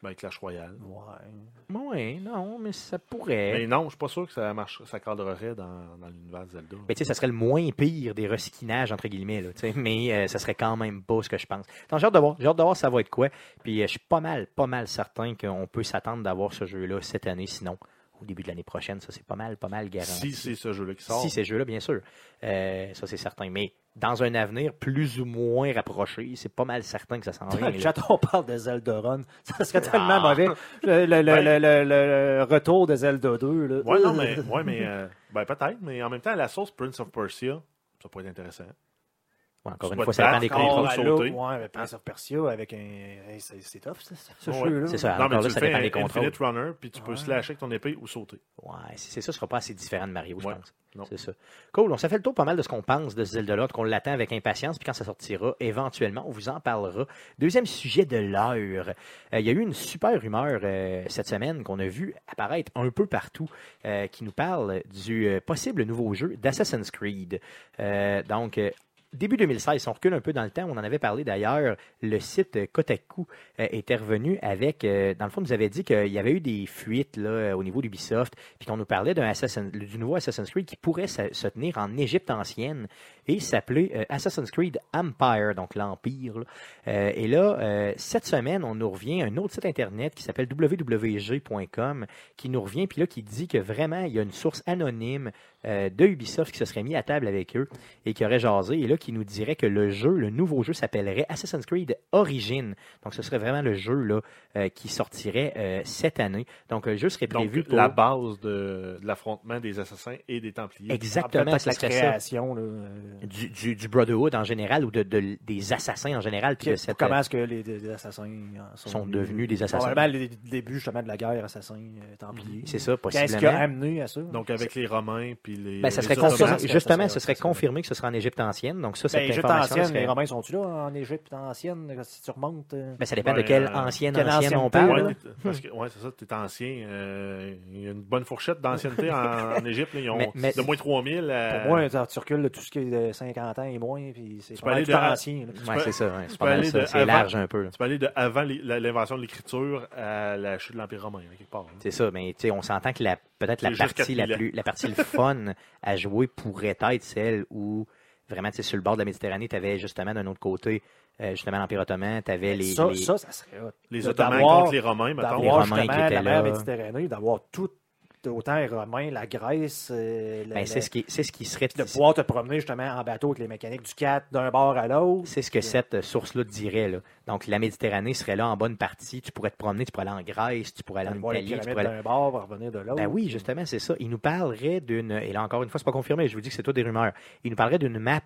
Ben, Clash Royale. ouais. Oui, non, mais ça pourrait. Mais non, je suis pas sûr que ça marche, ça cadrerait dans, dans l'univers de Zelda. Mais Ben, tu sais, ça serait le moins pire des reskinages, entre guillemets, là, tu sais, mais euh, ça serait quand même pas ce que je pense. Donc, j'ai hâte de voir, j'ai hâte de voir ça va être quoi. Puis, euh, je suis pas mal, pas mal certain qu'on peut s'attendre d'avoir ce jeu-là cette année, sinon au début de l'année prochaine. Ça, c'est pas mal, pas mal garanti. si c'est ce jeu-là qui sort. Si ces jeux-là, bien sûr. Euh, ça, c'est certain. Mais dans un avenir plus ou moins rapproché, c'est pas mal certain que ça s'en Dans vient. le là. Ah. chat, on parle de Zelda Run. Ça serait tellement mauvais. Le, le- le- Ben- le- le- le retour de Zelda 2. Là. Ouais, non, mais, ouais, mais euh, ben, peut-être, mais en même temps, la sauce Prince of Persia, ça pourrait être intéressant. Ouais, encore tu une vas fois, te ça dépend battre des contre- contrôles. contrôles à l'eau, sautés. Ouais, mais Ah. Prince of Persia avec un. hey, c'est c'est tough, ça, ce, ce Ouais. jeu-là. C'est ça, non, mais encore là, tu le ça fais dépend des un contrôles. Infinite Runner, puis tu peux Ouais. slasher avec ton épée ou sauter. Ouais, si c'est ça, ce sera pas assez différent de Mario, Ouais, je pense. non. C'est ça. Cool, on s'est fait le tour pas mal de ce qu'on pense de ce Zelda-là, qu'on l'attend avec impatience, puis quand ça sortira, éventuellement, on vous en parlera. Deuxième sujet de l'heure. Euh, Il y a eu une super rumeur euh, cette semaine qu'on a vue apparaître un peu partout, euh, qui nous parle du euh, possible nouveau jeu d'Assassin's Creed. Euh, donc, euh, Début 2016, si on recule un peu dans le temps, on en avait parlé d'ailleurs, le site Kotaku euh, était revenu avec, euh, dans le fond, nous avait dit qu'il y avait eu des fuites là, euh, au niveau d'Ubisoft, puis qu'on nous parlait d'un Assassin- du nouveau Assassin's Creed qui pourrait se, se tenir en Égypte ancienne et s'appeler euh, Assassin's Creed Empire, donc l'Empire. là. Euh, et là, euh, cette semaine, on nous revient à un autre site internet qui s'appelle wwg.com qui nous revient, puis là, qui dit que vraiment, il y a une source anonyme euh, de Ubisoft qui se serait mis à table avec eux et qui aurait jasé, et là, qui nous dirait que le jeu, le nouveau jeu s'appellerait Assassin's Creed Origin. Donc, ce serait vraiment le jeu là, euh, qui sortirait euh, cette année. Donc, le jeu serait Donc, prévu pour... la base de, de l'affrontement des assassins et des templiers. Exactement, Peut-être ce la serait ça. création. Là, euh, Du, du- du Brotherhood en général ou de, de- des assassins en général. Puis de Puis cette, euh, comment est-ce que les, les assassins en sont, sont devenus des assassins. Mhm. Probablement les débuts justement de la guerre, assassins, euh, templiers. C'est ça, Qu'est-ce possiblement. qui a Ah, amené à ça? Donc, avec les Romains puis les. Ben, ça les serait Ottomans. confirmé, ça serait- justement, ce ça serait- serait ça serait- confirmé que ce serait en Égypte ancienne. Donc ça, cette Ben, Égypte information ancienne, serait- les Romains sont-tu là en Égypte ancienne? Si tu remontes. euh, Ben, ça dépend Ben, de quelle euh, ancienne quelle ancienne on ancienneté, parle. Ouais, là. t'es- parce que, ouais, c'est ça, tu es ancien. euh, Il y a une bonne fourchette d'ancienneté en, en Égypte. là, ils ont Mais- mais- de moins 3000 à. euh, Pour moi, tu- tu recules de tout ce qui est de 50 ans et moins, puis c'est Tu pas peux mal aller tout de- ancien. là. Ouais, peux- c'est ça. ouais, c'est tu pas peux mal aller ça, de C'est avant- large un peu. là. Tu peux aller de avant les- la- l'invention de l'écriture à la chute de l'Empire romain, là, quelque part. hein. là. C'est ça, mais tu sais, on s'entend que la peut-être la C'est juste partie la 4000 ans. plus la partie le fun à jouer pourrait être celle où vraiment tu sais, sur le bord de la Méditerranée, tu avais justement d'un autre côté euh, justement l'Empire ottoman, tu avais les, ça, les- ça, ça serait hot. Les De- Ottomans d'avoir- contre les Romains, mettons. Les D'avoir Romains justement qui étaient la là. mer Méditerranée, d'avoir tout, autant les Romains, la Grèce, euh, le- ben, c'est le- ce qui c'est ce qui serait de pouvoir te promener justement en bateau avec les mécaniques du 4 d'un bord à l'autre. C'est ce que cette euh, source-là dirait. là. Donc, la Méditerranée serait là en bonne partie. Tu pourrais te promener, tu pourrais aller en Grèce, tu pourrais aller Aller en voir les Italie, tu pyramides pourrais aller- d'un bord, va revenir de l'autre. Ben oui, justement, c'est ça. Il nous parlerait d'une, et là encore une fois, c'est pas confirmé, je vous dis que c'est tout des rumeurs. Il nous parlerait d'une map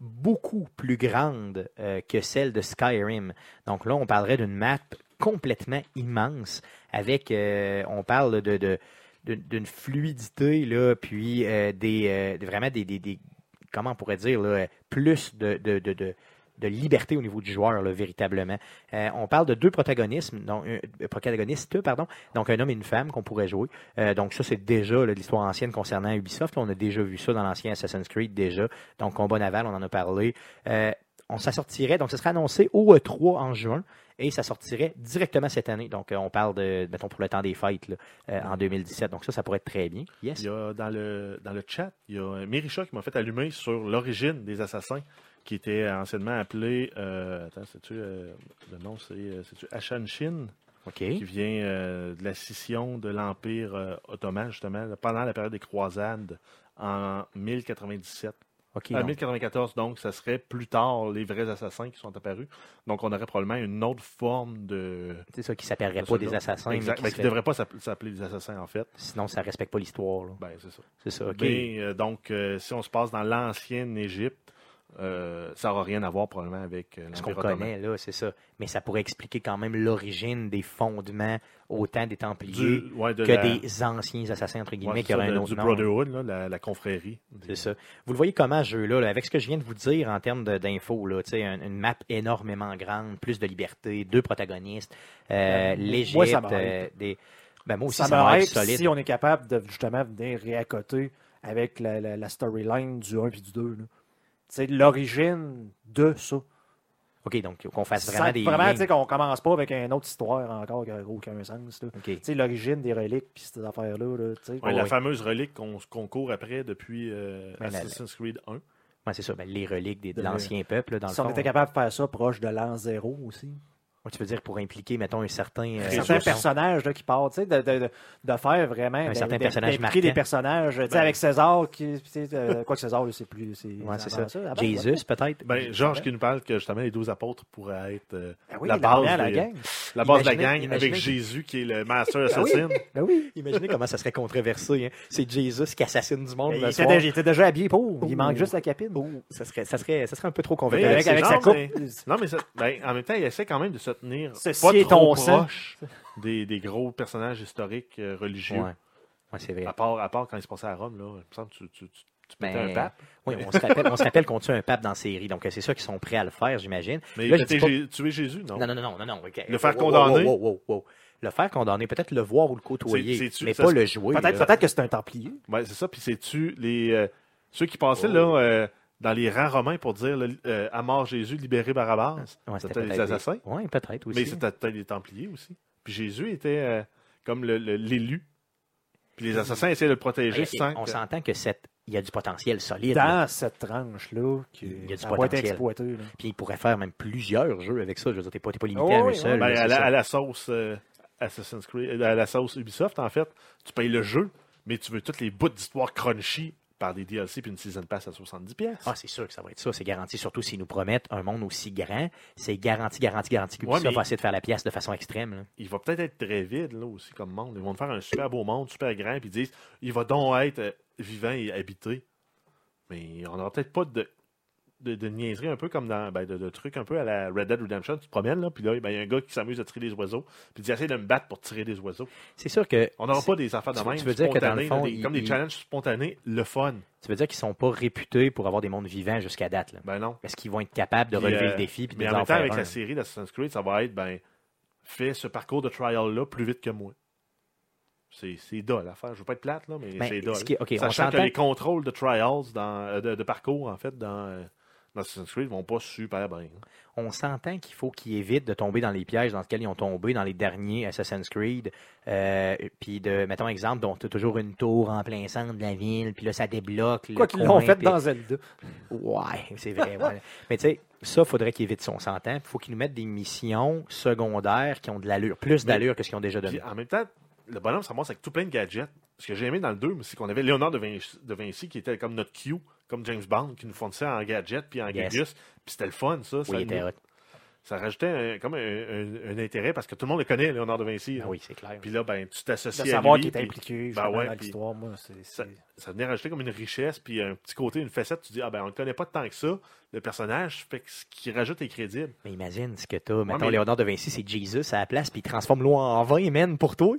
beaucoup plus grande euh, que celle de Skyrim. Donc là, on parlerait d'une map complètement immense avec, euh, on parle de, de- de- d'une fluidité, là, puis euh, des, euh, vraiment des, des- des- comment on pourrait dire, là, plus de, de- de- de- de liberté au niveau du joueur, là, véritablement. Euh, on parle de deux protagonismes, donc, un- euh, protagonistes, pardon, donc un homme et une femme qu'on pourrait jouer. Euh, donc ça, c'est déjà là, de l'histoire ancienne concernant Ubisoft. Là, on a déjà vu ça dans l'ancien Assassin's Creed déjà. Donc combat naval, on en a parlé. Euh, on s'en sortirait, donc ce serait annoncé au E3 en juin. Et ça sortirait directement cette année. Donc, euh, on parle de, mettons, pour le temps des fêtes, là, euh, en 2017. Donc, ça, ça pourrait être très bien. Yes. Il y a dans le, dans le chat, il y a euh, Mirisha qui m'a fait allumer sur l'origine des assassins, qui était anciennement appelé. euh, attends, c'est-tu. euh, le nom, c'est. euh, c'est-tu Ashanshin, OK. qui vient euh, de la scission de l'Empire euh, Ottoman, justement, là, pendant la période des croisades en 1097. OK. En donc, 1094, donc, ça serait plus tard les vrais assassins qui sont apparus. Donc, on aurait probablement une autre forme de. c'est ça qui s'appellerait de pas des soldat. assassins. mais Exact, qui mais qui ne serait- devrait pas s'app- s'appeler des assassins, en fait. Sinon, ça respecte pas l'histoire. là. Ben, c'est ça. C'est ça. OK. Mais, euh, donc, euh, si on se passe dans l'ancienne Égypte, euh, ça n'aura rien à voir probablement avec euh, ce qu'on l'Empire ottoman. connaît, là, c'est ça. Mais ça pourrait expliquer quand même l'origine des fondements autant des Templiers Du, ouais, de que la- des anciens assassins, entre ouais, guillemets, c'est qui ça, auraient un de- autre du nom. Brotherhood, là, la, la confrérie. C'est ça. Vous le voyez comment, ce jeu-là, là, avec ce que je viens de vous dire en termes de- d'infos, là, tu sais, un- une map énormément grande, plus de liberté, deux protagonistes, euh, Euh, l'Égypte, moi, ça m'arrive. euh, des... Ben, moi aussi, ça ça m'arrive m'arrête solide. si on est capable de justement venir réaccoter avec la, la- la storyline du 1 puis du 2. C'est l'origine de ça. OK, donc qu'on fasse Sans- vraiment des vraiment, liens. tu sais, qu'on commence pas avec une autre histoire encore qui n'a aucun sens. là. Tu OK. sais, l'origine des reliques puis ces affaires-là. là, tu sais. Ouais, La ouais. fameuse relique qu'on qu'on court après depuis euh, Ben, la- Assassin's Creed 1. Ouais, c'est ça, ben, les reliques des- de De- l'ancien peuple, là, dans le si on fond. était capable de faire ça proche de l'an zéro aussi. Ouais, Tu veux dire pour impliquer, mettons, un certain... euh, Très certains ressources. personnages là, qui partent, tu sais, de, de, de- de faire vraiment ben, Un d- certain d- personnage d'impliquer des marquant. personnages, tu sais, Ben. avec César, qui, tu sais, euh, quoi que César, là, c'est plus, c'est Ouais, c'est ça. avant avant, ouais. Jésus, peut-être? Ben, Georges qui nous parle que justement les 12 apôtres pourraient être euh, Ben oui, la la base, première, la des- gang. la base de la Imaginez- gang imaginez avec que- Ah Jésus qui est le master assassin. Ben oui. Imaginez comment ça serait controversé. Hein. C'est Jésus qui assassine du monde Ben, Il le était, soir. Oh. Ben, déjà, il était déjà habillé pour. Il Ouh. manque juste la capine. Ça, serait, ça, serait, ça serait un peu trop Mais convaincant. avec- c'est avec sa genre, coupe. mais- Non, mais ça- ben, en même temps, il essaie quand même de se tenir Ceci pas est trop ton sang. proche des, des gros personnages historiques euh, religieux. Ouais. Ouais, c'est vrai. À part, à part quand il se passait à Rome, là, il me semble que tu, tu, tu, tu Ben, pétais un pape. Oui, on se rappelle, on se rappelle qu'on tue un pape dans la série. Donc, euh, c'est ça qu'ils sont prêts à le faire, j'imagine. Mais là, je péter dis pas- Jé- tuer Jésus, non. Non, non, non, non, non. non, ok. Le faire Wow, wow, condamner. wow, wow, wow, wow. Le faire condamner, peut-être le voir ou le côtoyer, C'est- c'est-tu- mais ça pas se- le jouer. Peut-être là. peut-être que c'est un Templier. Oh. Ouais, c'est ça. Puis c'est tu les euh, ceux qui passaient là, euh, dans les rangs romains pour dire là, euh, à mort Jésus, libéré Barabbas. Ouais, c'était les assassins. Oui, peut-être aussi. Mais c'était peut-être les Templiers aussi. Puis Jésus était euh, comme le- le- l'élu. Puis les assassins essayaient de le protéger Ouais, sans. On que- s'entend que cette... il y a du potentiel solide. là. Dans cette tranche-là, qui Il y a du ça va être potentiel. exploité. là. Puis il pourrait faire même plusieurs jeux avec ça. Je veux dire, t'es pas, t'es pas limité Oh, à un oui, seul. Ben, là, à, c'est la, ça. à la sauce euh, Assassin's Creed, euh, à la sauce Ubisoft, en fait, tu payes le jeu, mais tu veux toutes les bouts d'histoire crunchy par des DLC puis une season pass à 70$. pièces. Ah, c'est sûr que ça va être ça, c'est garanti, surtout s'ils nous promettent un monde aussi grand. C'est garanti, garanti, garanti que Ouais, Ubisoft mais- va essayer de faire la pièce de façon extrême. là. il va peut-être être très vide là aussi comme monde. Ils vont te faire un super beau monde, super grand, puis ils disent il va donc être euh, vivant et habité. Mais on n'aura peut-être pas de, de, de niaiserie un peu comme dans ben, de, de trucs un peu à la Red Dead Redemption. Tu te promènes là, puis là, ben, il y a un gars qui s'amuse à tirer des oiseaux, puis il dit essaye de me battre pour tirer des oiseaux. C'est sûr que. On n'aura c'est- pas des affaires de tu- même. tu veux dire que dans le spontanées, là, fond, des- il- comme des il- challenges spontanés, le fun. Tu veux dire qu'ils sont pas réputés pour avoir des mondes vivants jusqu'à date. Là. Ben non. Est-ce qu'ils vont être capables de Puis, relever euh, le défi puis de Mais nous en en même temps, faire avec un, la là? série d'Assassin's Creed, ça va être ben fais ce parcours de trial-là plus vite que moi. C'est c'est dole l'affaire. Je veux pas être plate, là, mais Ben, c'est dole. ce qui est- ok, on Sachant que s'entend- les contrôles de trials dans, euh, de, de parcours, en fait, dans, euh, dans Assassin's Creed vont pas super bien. hein. on s'entend qu'il faut qu'ils évitent de tomber dans les pièges dans lesquels ils ont tombé dans les derniers Assassin's Creed. Euh, puis de, mettons exemple, dont tu as toujours une tour en plein centre de la ville, puis là ça débloque. le Quoi qu'ils l'ont coin, fait puis- dans Zelda. Ouais, c'est vrai. ouais. Mais tu sais, ça, faudrait qu'ils évitent son s'entend. Il faut qu'ils nous mettent des missions secondaires qui ont de l'allure, plus Mais- d'allure que ce qu'ils ont déjà donné. Puis, en même temps, le bonhomme ça commence avec tout plein de gadgets. Ce que j'ai aimé dans le 2, c'est qu'on avait Léonard de Vinci, de Vinci qui était comme notre Q, comme James Bond, qui nous fournissait en gadgets puis en Yes. gadgets. Puis c'était le fun, ça. ça Oui, nous- était hot. ça rajoutait un- comme un, un- un intérêt parce que tout le monde le connaît, Léonard de Vinci. hein. Ah oui, c'est clair. Puis là, ben, tu De t'associes à savoir lui. qui est puis impliqué ben justement, ouais, dans puis l'histoire, moi, c'est- ça- c'est- ça venait rajouter comme une richesse, puis un petit côté, une facette. Tu dis, ah ben, on le connaît pas tant que ça. Le personnage, fait que ce qui rajoute est crédible. Mais imagine ce que t'as. Mettons, mais- Léonard de Vinci, c'est Jesus à la place, puis il transforme l'eau en vin, man, pour toi.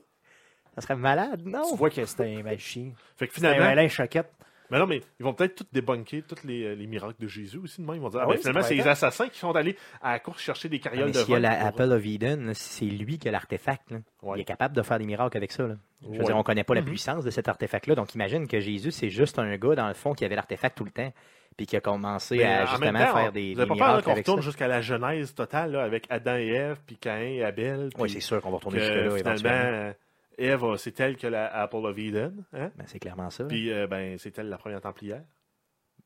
Ça serait malade, Tu non? vois que c'était un machin. Fait que C'était un finalement, malin chaquette. mais non, mais ils vont peut-être tout débunker, tous les, les miracles de Jésus aussi. Demain, ils vont dire, ah, Ah ben, oui, finalement, ça c'est pourrait les être. assassins qui sont allés à la course chercher des Ah, carrioles mais de s'il y a vin. la pour- Apple of Eden, là, c'est lui qui a l'artefact. là. Ouais. Il est capable de faire des miracles avec ça. là. Je veux Ouais. dire, on connaît pas la Mhm. puissance de cet artefact-là, donc imagine que Jésus, c'est juste un gars, dans le fond, qui avait l'artefact tout le temps, puis qui a commencé Mais à en même justement faire temps, on- des, vous des avez pas peur là, miracles qu'on avec ça. retourne jusqu'à la genèse totale là, avec Adam et Ève, puis Caïn et Abel. Oui, puis c'est sûr qu'on va que, retourner jusque-là éventuellement. finalement, Ève, euh, c'est elle que la Apple of Eden. Hein? Ben, c'est clairement ça. Puis, euh, ben, c'est elle la première templière.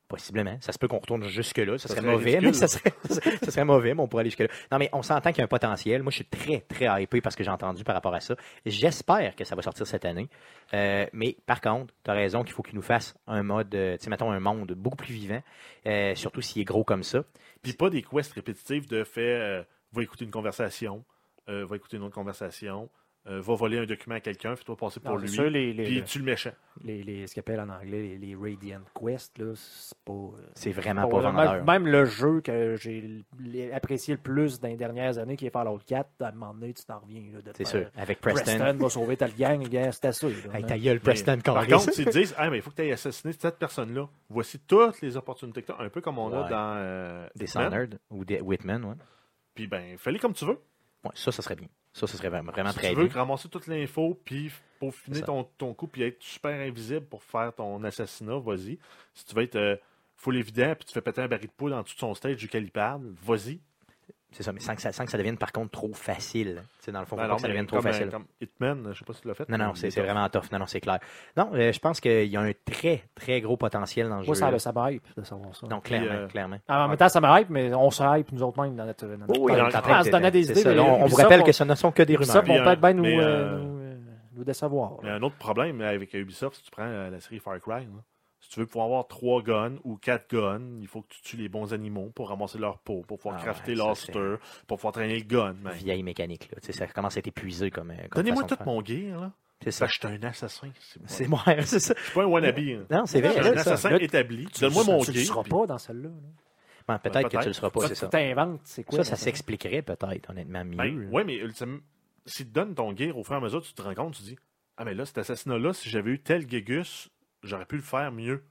Possiblement. Ça se peut qu'on retourne jusque-là. Ça, Ça serait, serait mauvais, ridicule. mais ça serait, ça serait mauvais, mais on pourrait aller jusque-là. Non, mais on s'entend qu'il y a un potentiel. Moi, je suis très, très hypé parce que j'ai entendu par rapport à ça. J'espère que ça va sortir cette année. Euh, mais par contre, tu as raison qu'il faut qu'il nous fasse un mode, euh, tu sais, mettons, un monde beaucoup plus vivant, euh, surtout s'il est gros comme ça. Puis pas des quests répétitifs de fait euh, va écouter une conversation, euh, va écouter une autre conversation, euh, va voler un document à quelqu'un, fais-toi passer pour Non, c'est lui. sûr, les, les, euh, Puis tu le méchant. les- les- ce qu'ils appellent en anglais les, les Radiant Quest, là, c'est pas. euh, C'est vraiment pas pas vraiment- vendeur. même, même le jeu que j'ai l- l- apprécié le plus dans les dernières années, qui est Fallout 4, à un moment donné, tu t'en reviens. là, de te C'est faire- sûr. Avec Preston. Preston. va sauver ta gang, gars, c'était ça. là, Hey, hein. ta gueule, Preston, Mais, quand Par contre, s'ils te disent, ah, mais il faut que tu ailles assassiner cette personne-là, voici toutes les opportunités que tu as, un peu comme on a Ouais. dans euh, Hitman. Dishonored ou des- Whitman, ouais. Puis ben, fais-les comme tu veux. Ouais, Ça, ça serait bien. Ça, ça serait vraiment, vraiment si très tu bien. veux ramasser toute l'info, puis f- pour finir ça. ton, ton coup, puis être super invisible pour faire ton assassinat, vas-y. Si tu veux être euh, full évident, puis tu fais péter un baril de poule dans tout son stage du caliparde, vas-y. C'est ça, mais sans que ça, sans que ça devienne par contre trop facile. C'est dans le fond, faut Ben pas non, que ça mais devienne trop comme, euh, facile. comme Hitman, je sais pas si tu l'as fait. Non, non, mais c'est il c'est est vraiment tough. Non, non, c'est clair. Non, euh, je pense qu'il y a un très, très gros potentiel dans le Moi, jeu. ça, là. me- ça me hype de savoir ça. Non, clairement, Puis, euh, clairement. Ah, en même temps, ça me hype, mais on se hype nous autres mêmes dans notre. dans notre Oh, oui, tête. dans le Ah, train, on se donnait des C'est idées. ça, mais là, on, on vous Ubisoft, rappelle on- que ce ne sont que des rumeurs. Ubisoft, on Puis, peut-être bien nous, mais, euh, euh, nous, euh, nous décevoir. Mais là. un autre problème avec Ubisoft, si tu prends euh, la série Far Cry, là, si tu veux pouvoir avoir trois guns ou quatre guns, il faut que tu tues les bons animaux pour ramasser leur peau, pour pouvoir Ah crafter ouais, leur ça, c'est- stir, pour pouvoir traîner le gun. man. Vieille mécanique, là. Tu sais, ça commence à être épuisé comme. euh, comme Donnez-moi façon de tout faire. mon gear, là. C'est ça. Parce que je suis un assassin. C'est moi. C'est moi, c'est ça. Je suis pas un wannabe. hein. Non, c'est Je suis vrai. un là, ça. assassin Là, établi. Tu- Donne-moi euh, mon Tu ne gear. seras puis- pas dans celle-là. là. Ouais, Ben, Peut-être que Ben, peut-être. tu le seras pas, c'est Tu ça. t'inventes, c'est quoi Ça, ça dans celle-là? s'expliquerait peut-être, honnêtement, mieux. Ben, ouais, mais ultimement, si tu donnes ton gear au fur et à mesure, tu te rends compte, tu dis Ah, mais là, cet assassinat-là, si j'avais eu tel Gegus, j'aurais pu le faire mieux.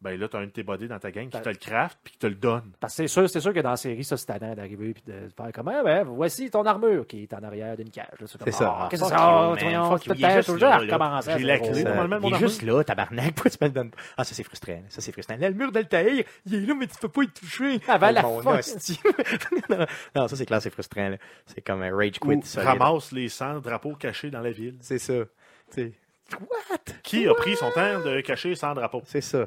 ben là, tu as un de tes buddies dans ta gang qui Ben- te le craft puis qui te le donne. Parce que c'est sûr, c'est sûr que dans la série, ça, c'est tannant d'arriver et de faire comme Ah, ben, voici ton armure qui est en arrière d'une cage. là. C'est comme, C'est ça. Ah, Qu'est-ce que Fuck c'est ça? you, Oh, man. voyons, Fuck you. Il est peut-être juste toujours là, à là. recommencer. J'ai la c'est clé. drôle. normalement, il mon est armure. juste là, tabarnak. Pourquoi tu me le donnes pas? Ah, ça, c'est frustrant. Ça, c'est frustrant. Là, le mur de Altaïr, il est là, mais tu peux pas y toucher. Avant Oh, la mon fin. hostie. non, non, ça, c'est clair, c'est frustrant. là. C'est comme un rage Ou quit. solide. ramasse les 100 drapeaux cachés dans la ville. C'est ça. Tu sais, What? Qui a pris son temps de cacher 100 drapeaux? C'est ça.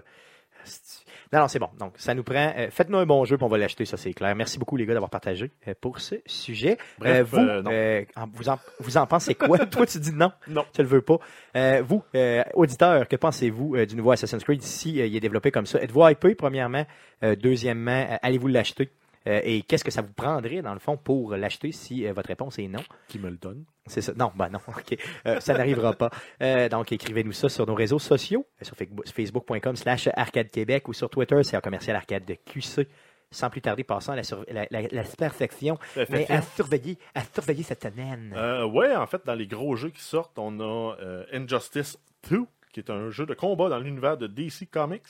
Asti. Non, non, c'est bon. Donc, ça nous prend. euh, Faites-nous un bon jeu, puis on va l'acheter, ça, c'est clair. Merci beaucoup, les gars, d'avoir partagé euh, pour ce sujet. Bref, vous, euh, non. euh, en- vous, en, vous en pensez quoi? Toi, tu dis non. Non. Tu le veux pas. Euh, vous, euh, auditeurs, que pensez-vous euh, du nouveau Assassin's Creed si euh, il est développé comme ça? Êtes-vous hypé, premièrement? Euh, deuxièmement, euh, allez-vous l'acheter? Euh, et qu'est-ce que ça vous prendrait, dans le fond, pour l'acheter si euh, votre réponse est non? Qui me le donne? C'est ça. Non, bah non, OK. Euh, ça n'arrivera pas. Euh, donc, écrivez-nous ça sur nos réseaux sociaux, euh, sur Facebook- facebook.com slash Arcade Québec ou sur Twitter, c'est un commercial arcade de QC. Sans plus tarder, passons à la, sur- la, la, la super section, Euh, mais fait- à surveiller, à surveiller cette semaine. Euh, ouais, en fait, dans les gros jeux qui sortent, on a euh, Injustice 2, qui est un jeu de combat dans l'univers de DC Comics.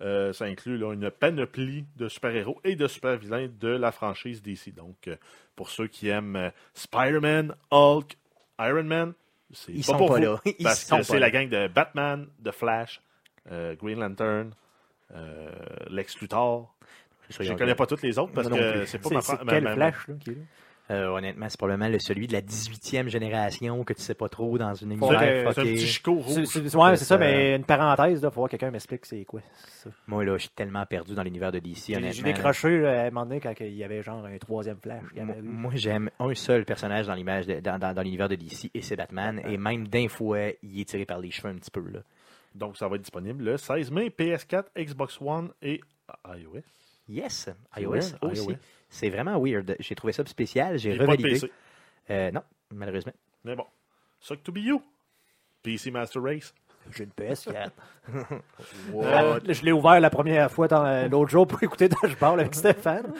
Euh, ça inclut là, une panoplie de super-héros et de super-vilains de la franchise DC. Donc, euh, pour ceux qui aiment euh, Spider-Man, Hulk, Iron Man, c'est Ils pas sont pour pas vous, là. Ils parce sont que pas c'est la là. gang de Batman, de Flash, euh, Green Lantern, euh, Lex Luthor. Je ne connais pas toutes les autres parce Moi non que plus. c'est pas C'est ma, c'est ma- quel ma- flash là, qui est là? Euh, honnêtement, c'est probablement le, celui de la 18e génération que tu sais pas trop dans une émission. Faut C'est un- Ouais, c'est un petit chicot rouge. C'est- c'est- Ouais, c'est ça, Euh, mais une parenthèse, il faut voir que quelqu'un m'explique c'est quoi. ça. Moi, là, je suis tellement perdu dans l'univers de DC, honnêtement. J'ai j'ai là. décroché là, à un moment donné quand il y avait genre un troisième flash. qui Moi, avait eu. moi, j'aime un seul personnage dans l'image de- dans, dans- dans l'univers de DC et c'est Batman. Et même d'un fois, il est tiré par les cheveux un petit peu. Là. Donc, ça va être disponible le 16 mai, PS4, Xbox One et iOS. Yes, C'est iOS weird, aussi. iOS. C'est vraiment weird. J'ai trouvé ça spécial. J'ai Puis pas de revalidé. PC. Euh, non, malheureusement. Mais bon, suck to be you. PC Master Race. J'ai une PS4. Euh, je l'ai ouvert la première fois dans euh, l'autre jour pour écouter Dashboard avec Stéphane.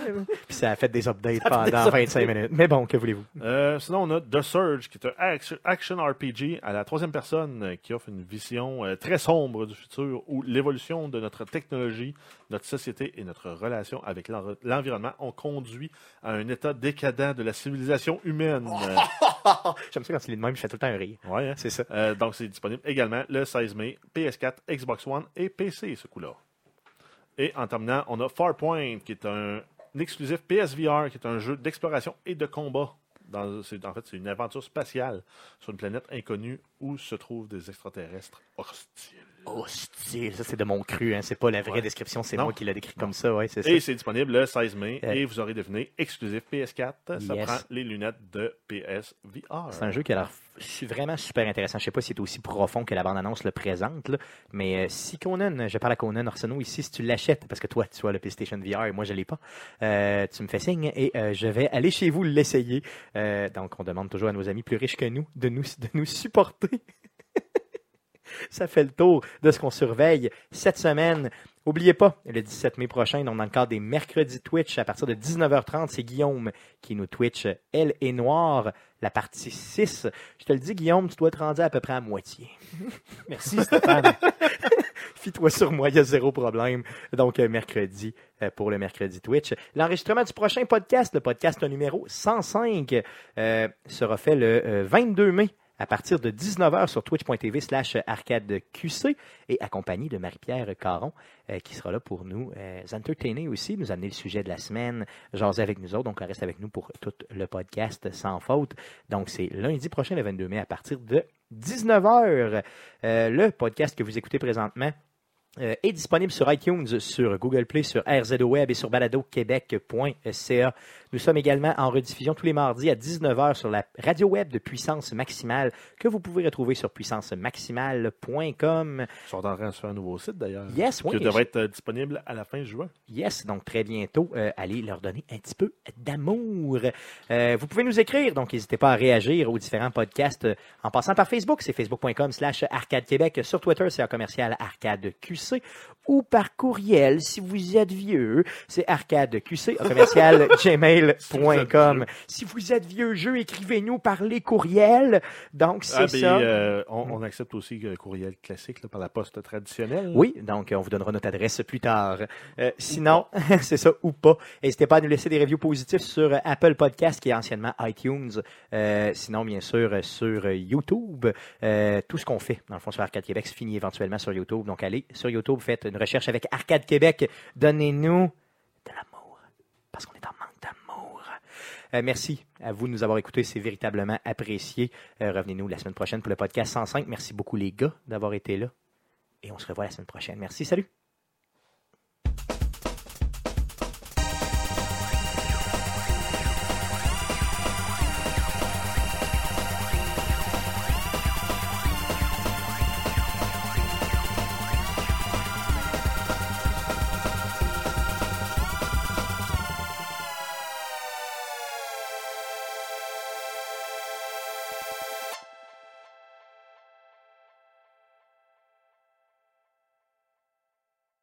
Puis ça a fait des updates fait pendant des updates. 25 minutes. Mais bon, que voulez-vous? euh, sinon, on a The Surge, qui est un action- action RPG à la troisième personne euh, qui offre une vision euh, très sombre du futur où l'évolution de notre technologie, notre société et notre relation avec l'en- l'environnement ont conduit à un état décadent de la civilisation humaine. Euh, J'aime ça quand il est de même, je fais tout le temps un rire. ouais, hein? C'est ça. Euh, donc, c'est disponible également le 16 mai, PS4, Xbox One et PC, ce coup-là. Et en terminant, on a Farpoint, qui est un, un exclusif PSVR, qui est un jeu d'exploration et de combat. Dans, c'est- en fait, c'est une aventure spatiale sur une planète inconnue où se trouvent des extraterrestres hostiles. Hostile. Oh, Ça, c'est de mon cru. Hein. C'est pas la vraie Ouais. description. C'est Non. moi qui l'ai décrit comme ça. Ouais, c'est Et ça. c'est disponible le 16 mai, Euh. et vous aurez deviné exclusif PS4. Ça Yes. prend les lunettes de PSVR. C'est un jeu qui a l'air su- vraiment super intéressant. Je sais pas si c'est aussi profond que la bande-annonce le présente, là, mais euh, si Conan, je parle à Conan Arsenault ici, si tu l'achètes, parce que toi, tu as le PlayStation VR et moi, je l'ai pas, euh, tu me fais signe et euh, je vais aller chez vous l'essayer. Euh, donc, on demande toujours à nos amis plus riches que nous de nous, de nous supporter. Ça fait le tour de ce qu'on surveille cette semaine. N'oubliez pas, le 17 mai prochain, donc dans le cadre des mercredis Twitch, à partir de 19h30, c'est Guillaume qui nous Twitch euh, Elle est Noire la partie 6. Je te le dis, Guillaume, tu dois être rendu à peu près à moitié. Merci Stéphane. Fie-toi sur moi, il y a zéro problème. Donc, euh, mercredi, euh, pour le mercredi Twitch. L'enregistrement du prochain podcast, le podcast numéro 105, euh, sera fait le euh, 22 mai à partir de 19h sur twitch.tv slash arcadeqc et accompagné de Marie-Pierre Caron euh, qui sera là pour nous euh, entertainer aussi, nous amener le sujet de la semaine, jaser avec nous autres. Donc, elle reste avec nous pour tout le podcast sans faute. Donc, c'est lundi prochain, le 22 mai, à partir de 19h. Euh, le podcast que vous écoutez présentement euh, est disponible sur iTunes, sur Google Play, sur RZO Web et sur baladoquebec.ca. Nous sommes également en rediffusion tous les mardis à 19h sur la radio web de Puissance Maximale que vous pouvez retrouver sur puissancemaximale.com. Ils sont en train de se faire un nouveau site, d'ailleurs. Yes, oui. Qui devrait être euh, disponible à la fin juin. Yes, donc très bientôt, euh, allez leur donner un petit peu d'amour. Euh, vous pouvez nous écrire, donc n'hésitez pas à réagir aux différents podcasts euh, en passant par Facebook, c'est facebook.com slash arcade Québec. Sur Twitter, c'est un commercial arcade QC. arcadeqc ou par courriel si vous êtes vieux. C'est arcadeqc au commercial gmail.com. Si vous êtes vieux jeu, écrivez-nous par les courriels. Donc, c'est Ah, ben, ça. Mm. euh, on, on accepte aussi le courriel classique là, par la poste traditionnelle. Oui, donc euh, on vous donnera notre adresse plus tard. Euh, sinon, c'est ça ou pas. N'hésitez pas à nous laisser des reviews positifs sur euh, Apple Podcast, qui est anciennement iTunes. Euh, sinon, bien sûr, euh, sur euh, YouTube. Euh, tout ce qu'on fait, dans le fond, sur Arcade Québec, se finit éventuellement sur YouTube. Donc, allez sur YouTube, faites une recherche avec Arcade Québec. Donnez-nous de l'amour, parce qu'on est en manque d'amour. Euh, merci à vous de nous avoir écoutés, c'est véritablement apprécié. Euh, Revenez-nous la semaine prochaine pour le podcast 105. Merci beaucoup les gars d'avoir été là et on se revoit la semaine prochaine. Merci, salut!